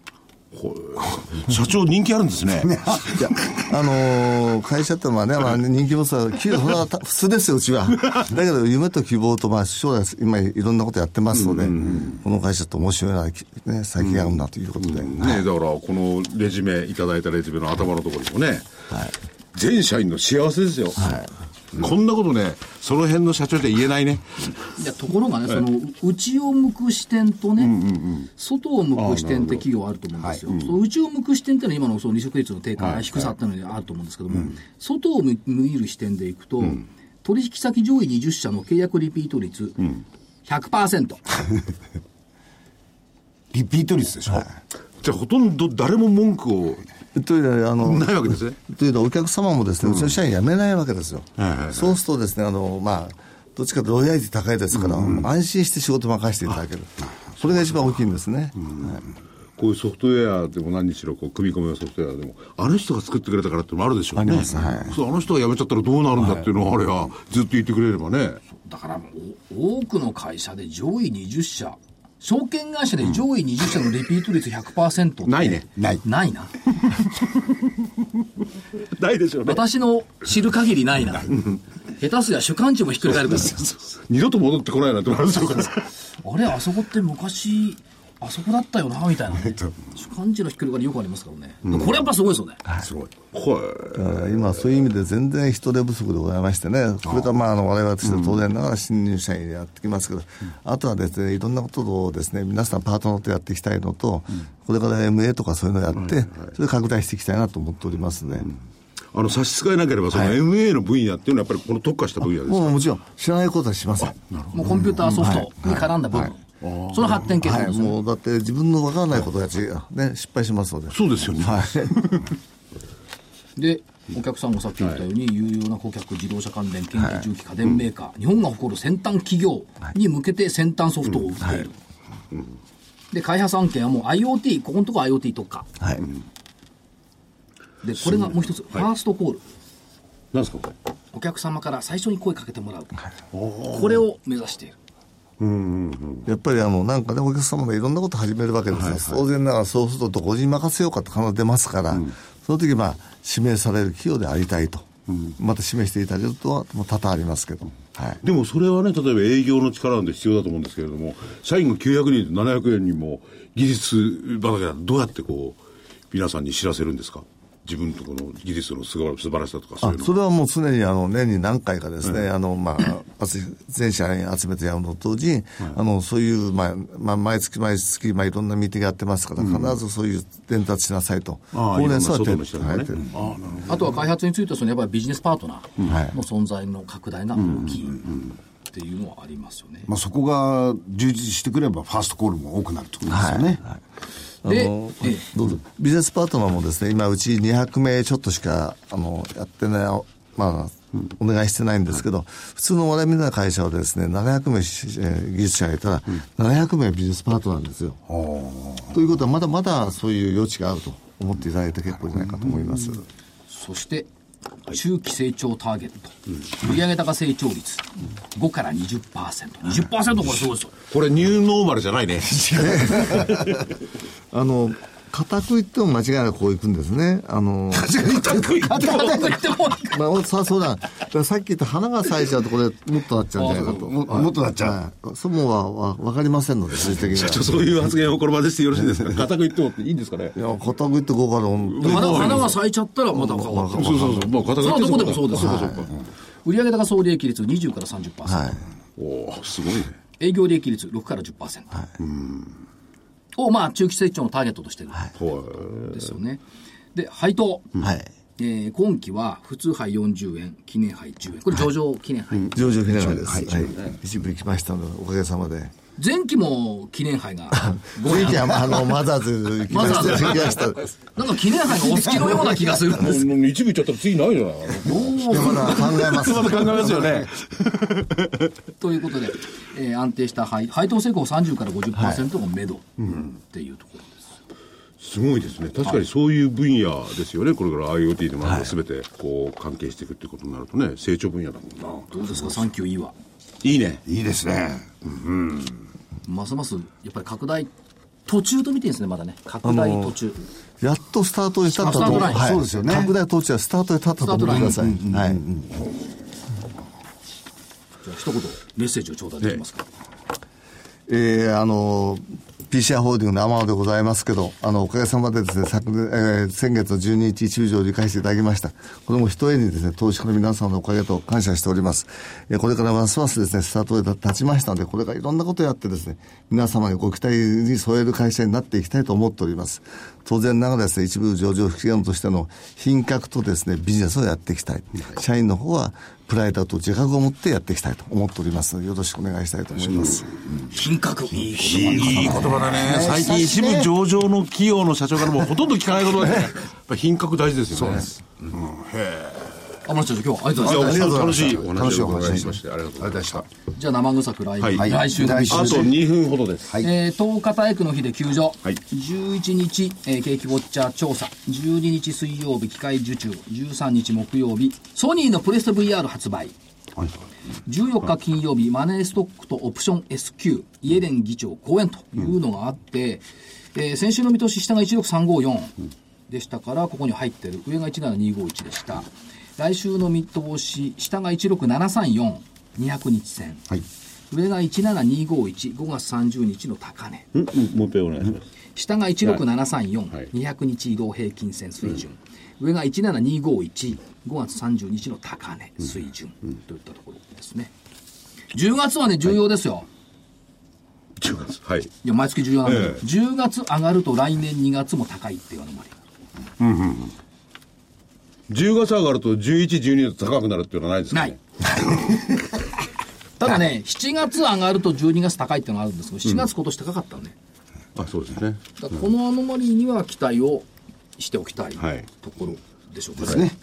E: 社長人気あるんです ね
G: いや、あのー会社ってのはね、まあ、人気もそうだけど、きそれは普通ですよ、うちは。だけど、夢と希望と、まあ、将来、今、いろんなことやってますので、この会社って面白いな、きね、先があるんだということで。
E: ねえだからこのレジュメいただいたレジュメの頭のところにもね、全社員の幸せですよ、こんなことねその辺の社長じゃ言えないね
A: いやところがね、その内を向く視点とね、外を向く視点って企業はあると思うんですよ、その内を向く視点っていうのは、今のその離職率の低下、低さっていうのにあると思うんですけども、外を向いる視点でいくと、取引先上位20社の契約リピート率100%、
D: リピート率でしょ。
E: じゃあほとんど誰も文句を
G: というのは、あの、
E: ないわけですね
G: というのはお客様もですね、うちの社員辞めないわけですよ。そうするとですね、あの、まあ、どっちかというとロイヤリティ高いですから、安心して仕事任せていただける。これが一番大きいんですね。はい
E: こういうソフトウェアでも何にしろこう組み込みのソフトウェアでもあの人が作ってくれたからってのもあるでしょうねそうあの人が辞めちゃったらどうなるんだっていうのをあれはずっと言ってくれればね
A: だからもうお多くの会社で上位20社、証券会社で上位20社のリピート率100%って、
E: ないね
D: ない。
A: ないな、
E: ないでしょう
A: 私の知る限りないな、下手すりゃ主幹事もひっくり返るから。
E: 二度と戻ってこないなんて話でしょうから
A: あれあそこって昔あそこだったよなみたいな、ね、主幹事のひっくり返りよくありますからね、これやっぱすごいですよね、
D: すごい。
E: はい
G: だから今、そういう意味で全然人手不足でございましてね、これからまああの我々としては当然ながら新入社員でやってきますけど、あとはですねいろんなことをですね皆さんパートナーとやっていきたいのと、これから MA とかそういうのやって、それで拡大していきたいなと思っておりますね。
E: あの差し支えなければその MA の分野っていうのはやっぱりこの特化した分野です
G: もうもちろん、知らないことはしません。
A: もうコンピューターソフトに絡んだ部分、その発展系
G: はい、
A: ですね、
G: もうだって自分のわからないことやち、ね、失敗しますので。
E: そうですよね
G: はい。
A: でお客さんもさっき言ったように、有用な顧客自動車関連研究重機家電メーカー、日本が誇る先端企業に向けて先端ソフトを売っている、で開発案件はもう IoT ここのとこ IoT 特化
G: はい。
A: でこれがもう一つ、ファーストコール
E: なんですかこれ
A: お客様から最初に声かけてもらう、これを目指している
G: やっぱりあの、なんかね、お客様がいろんなこと始めるわけですよ。当然ながら、そうするとどこに任せようかって必ず出ますから、その時、まあ、指名される企業でありたいと。また指名していただけるとは、もう多々ありますけど。はい。
E: でもそれはね例えば営業の力なんて必要だと思うんですけれども社員が900人と700人にも技術畑だとどうやってこう皆さんに知らせるんですか自分とこの技術のすばら素晴らしさとかそう
G: あ
E: いうの
G: それはもう常にあの年に何回かですね、あのまあ、集全社員集めてやるのと同時に、あのそういう、まあまあ、毎月毎月、まあ、いろんなミーティングやってますから、必ずそういう伝達しなさいと、
E: ああいろんな
G: は
E: 外の
G: 徹
E: 人
G: 底
E: がね
G: はい
E: ああなるほど
A: あとは開発についてはそのやっぱりビジネスパートナ
G: はい
A: ーの存在の拡大が大きいっていうのはありますよね。
D: まあそこが充実してくれば、ファーストコールも多くなるってことですよね。
A: で、ええ
G: どうぞビジネスパートナーもですね今うち200名ちょっとしかあのやってないまあ、お願いしてないんですけど、普通の我々みたいな会社はですね、700名し、えー技術者がいたら、700名ビジネスパートナーですよ。ということは、まだまだそういう余地があると思っていただいて結構じゃないかと思います。
A: そして中期成長ターゲット、売上高成長率5から20%、20%これすごいですよ。
E: これニューノーマルじゃないね
G: あの、固く言っても間違いなくこういくんですね。あ の、
A: 高く言っても
G: まあ、さそうだ。だからさっき言った花が咲いちゃうとこれ、もっとなっちゃうんじゃないかと。
D: ももっとなっちゃう
G: はい。そもは、わ、わかりませんので、数字的 には。
E: ちょそういう発言をこの場でしてよろしいですか固く言ってもいいんですかね
G: いや、固く言ってこうかな、本当に。
A: 花花が咲いちゃったらまた変わる。
E: そうそうそうまあ固く
A: それ
E: 言っ
A: は
E: て
A: どこでもそうですよ
E: かそうかそうか
A: 売上高総利益率20から30%、
G: はい。
E: おおすごいね
A: 営業利益率6から10%、をまあ中期成長のターゲットとしてる。
E: はい
A: ですよね。で、配当、
G: はい。
A: えー今期は普通杯40円、記念杯10円。これ上場記念杯。
G: 上場フィナーレです。はい。一部行きましたので、おかげさまで。
A: 前期も記念 杯が5
G: 次
A: 円。
G: は、あの、マザーズ行きま
A: マザーズ
G: した。行きました。
A: なんか記念杯のお好きのような気がするん です。
E: もう一部いっちゃったら次ないじゃない
G: いやまだ考え ます。
E: 考えますよね
A: ということで、えー安定した配配当成功30から50%が目処っていうところです。
E: すごいですね確かにそういう分野ですよねこれから IoT でもなんか全てこう関係していくってことになるとね成長分野だもんな
A: どうですか、サンキューいいわ。
E: いいね
D: いいですね。
A: ますます、やっぱり拡大、途中と見てるんですね、まだね。拡大途中。
G: やっとスタートに立ったと
A: スタートライン
G: はい
D: そうですよね
G: 拡大当地はスタートに立ったと思ってください。はい。
A: じゃあ、一言、メッセージを頂戴できますか。
G: えーあの、PCR ホールディングの天野でございますけど、あの、おかげさまでですね、昨年、えー先月の12日、一部上を理解していただきました。これも一重にですね、投資家の皆様のおかげと感謝しております。えーこれからますますですね、スタートで立ちましたので、これからいろんなことをやってですね、皆様にご期待に添える会社になっていきたいと思っております。当然ながらですね、一部上場企業としての品格とですね、ビジネスをやっていきたい。社員の方は、プライドと自覚を持ってやっていきたいと思っておりますのでよろしくお願いしたいと思います。
A: 品格、いいこと
E: いい言葉だね最近一部上場の企業の社長からもうほとんど聞かないことだねやっぱ品格大事ですよね
A: 天野社長、今日はありがとうございました。
E: いや楽しいお
D: 楽し
E: 話
D: いお
E: をお
D: 話
E: 伺いしましてありがとうございましたあ
A: じゃあ生臭く来,、
E: はい
A: 来週の
D: 来
A: 来
D: 週
A: 週、
E: と2分ほどです
A: えー、10日体育の日で休場、
E: はい
A: 11日、えー景気ウォッチャー調査12日水曜日機械受注13日木曜日ソニーのプレスト VR 発売14日金曜日マネーストックとオプション S q イエレン議長講演というのがあって、えー先週の見通し下が16354でしたからここに入ってる上が17251でした来週の見通し下が16734 200日線、上が17251、5月30日の高値。
E: うんうんもう一回お願いします
A: 下が16734、
E: はい
A: 200日移動平均線水準。上が17251、5月30日の高値水準。といったところですね。10月はね、重要ですよ。い
E: 10月はい
A: や、毎月重要なんだけど、
E: ええ
A: 10月上がると来年2月も高いっていうのもあり。
E: 10月上がると1112と高くなるっていうのはないですか
A: な
E: ね
A: い。 ただね、7月上がると12月高いっていうのがあるんですけど、7月今年高かったのね。
E: あそうですね
A: だからこのアノマリーには期待をしておきたい
E: はい
A: ところでしょうかね。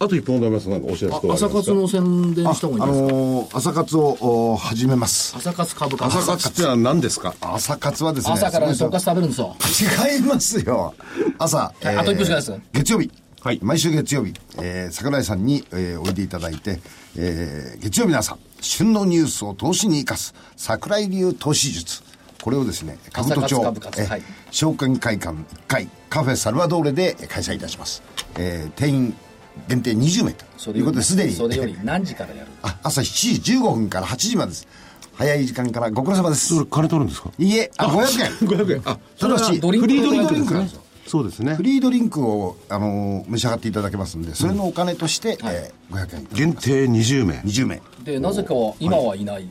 E: あと1本ございますなんかお知らせ
A: あ
E: とかあります
A: 朝
E: か
A: 活の宣伝
D: あ
A: した方がいいんじゃないですか、
D: のー朝活をお始めます。
A: 朝活株価
E: 朝活ってのは何ですか
D: 朝活はですね。
A: 朝からね朝
D: その人
A: 活食べるんですよ
D: 違いますよ。朝、
A: はいあと一分しかないです
D: 月曜日。
E: はい
D: 毎週月曜日、えー桜井さんに、えーおいでいただいて、えー月曜日の朝、旬のニュースを投資に生かす、桜井流投資術。これをですね、株都
A: 朝
D: 庁
A: 活株活、はい
D: 証券会館1階、カフェサルバドーレで開催いたします。えー定員限定20名ということで、すでに。
A: それより何時からやる
D: あ朝7時15分から8時までです早い時間からご苦労様です
E: それ金取るんですか
D: いいえあ500円
E: 500円あ
D: ただし
A: ドリンク
D: フリードリンク
A: ドリンク
D: な
A: なんんで
D: で
A: す
D: よ
E: そうですね
D: フリードリンクを、あのー召し上がっていただけますんでそれのお金として、えー500円
E: 限定20名
D: 20名
A: でなぜかは今はいない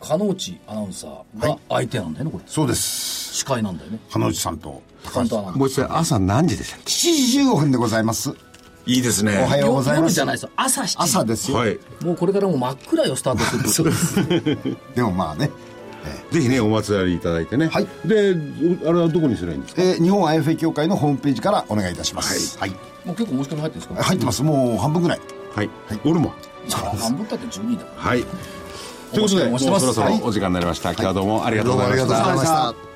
A: 加納内アナウンサーが相手なんだよねこれ
D: そうです
A: 司会なんだよね
D: 花内さんと
A: 担当アナウンサ
E: もう一回朝何時でしたっけ
D: 7時15分でございます
E: いいですね
D: おは
A: ー
D: ようございま
A: 夜
D: す
A: じゃないですよ朝7時
D: 朝ですよ、
E: はい
A: もうこれからもう真っ暗よスタートするそうです
D: でもまあね、
E: ぜひねお祭りいただいてね
D: はい
E: であれはどこにすればいいんですか
D: えー日本 IFA 協会のホームページからお願いいたしますはい、
A: もう結構申し込み入ってるんですか、
D: 入ってますもう半分ぐらい
E: はい俺も
A: い、頑張ったって12だから
E: はいということで
A: お
E: もう
A: 待ちして
E: そ
A: ます
E: ろそ
A: は
E: ろ
A: い
E: お時間になりました今日はどうもありがとう
G: ど
E: ご
G: うもあ
E: ざい
G: り
E: ま
G: が
E: し
G: とうござい
E: た
G: ました。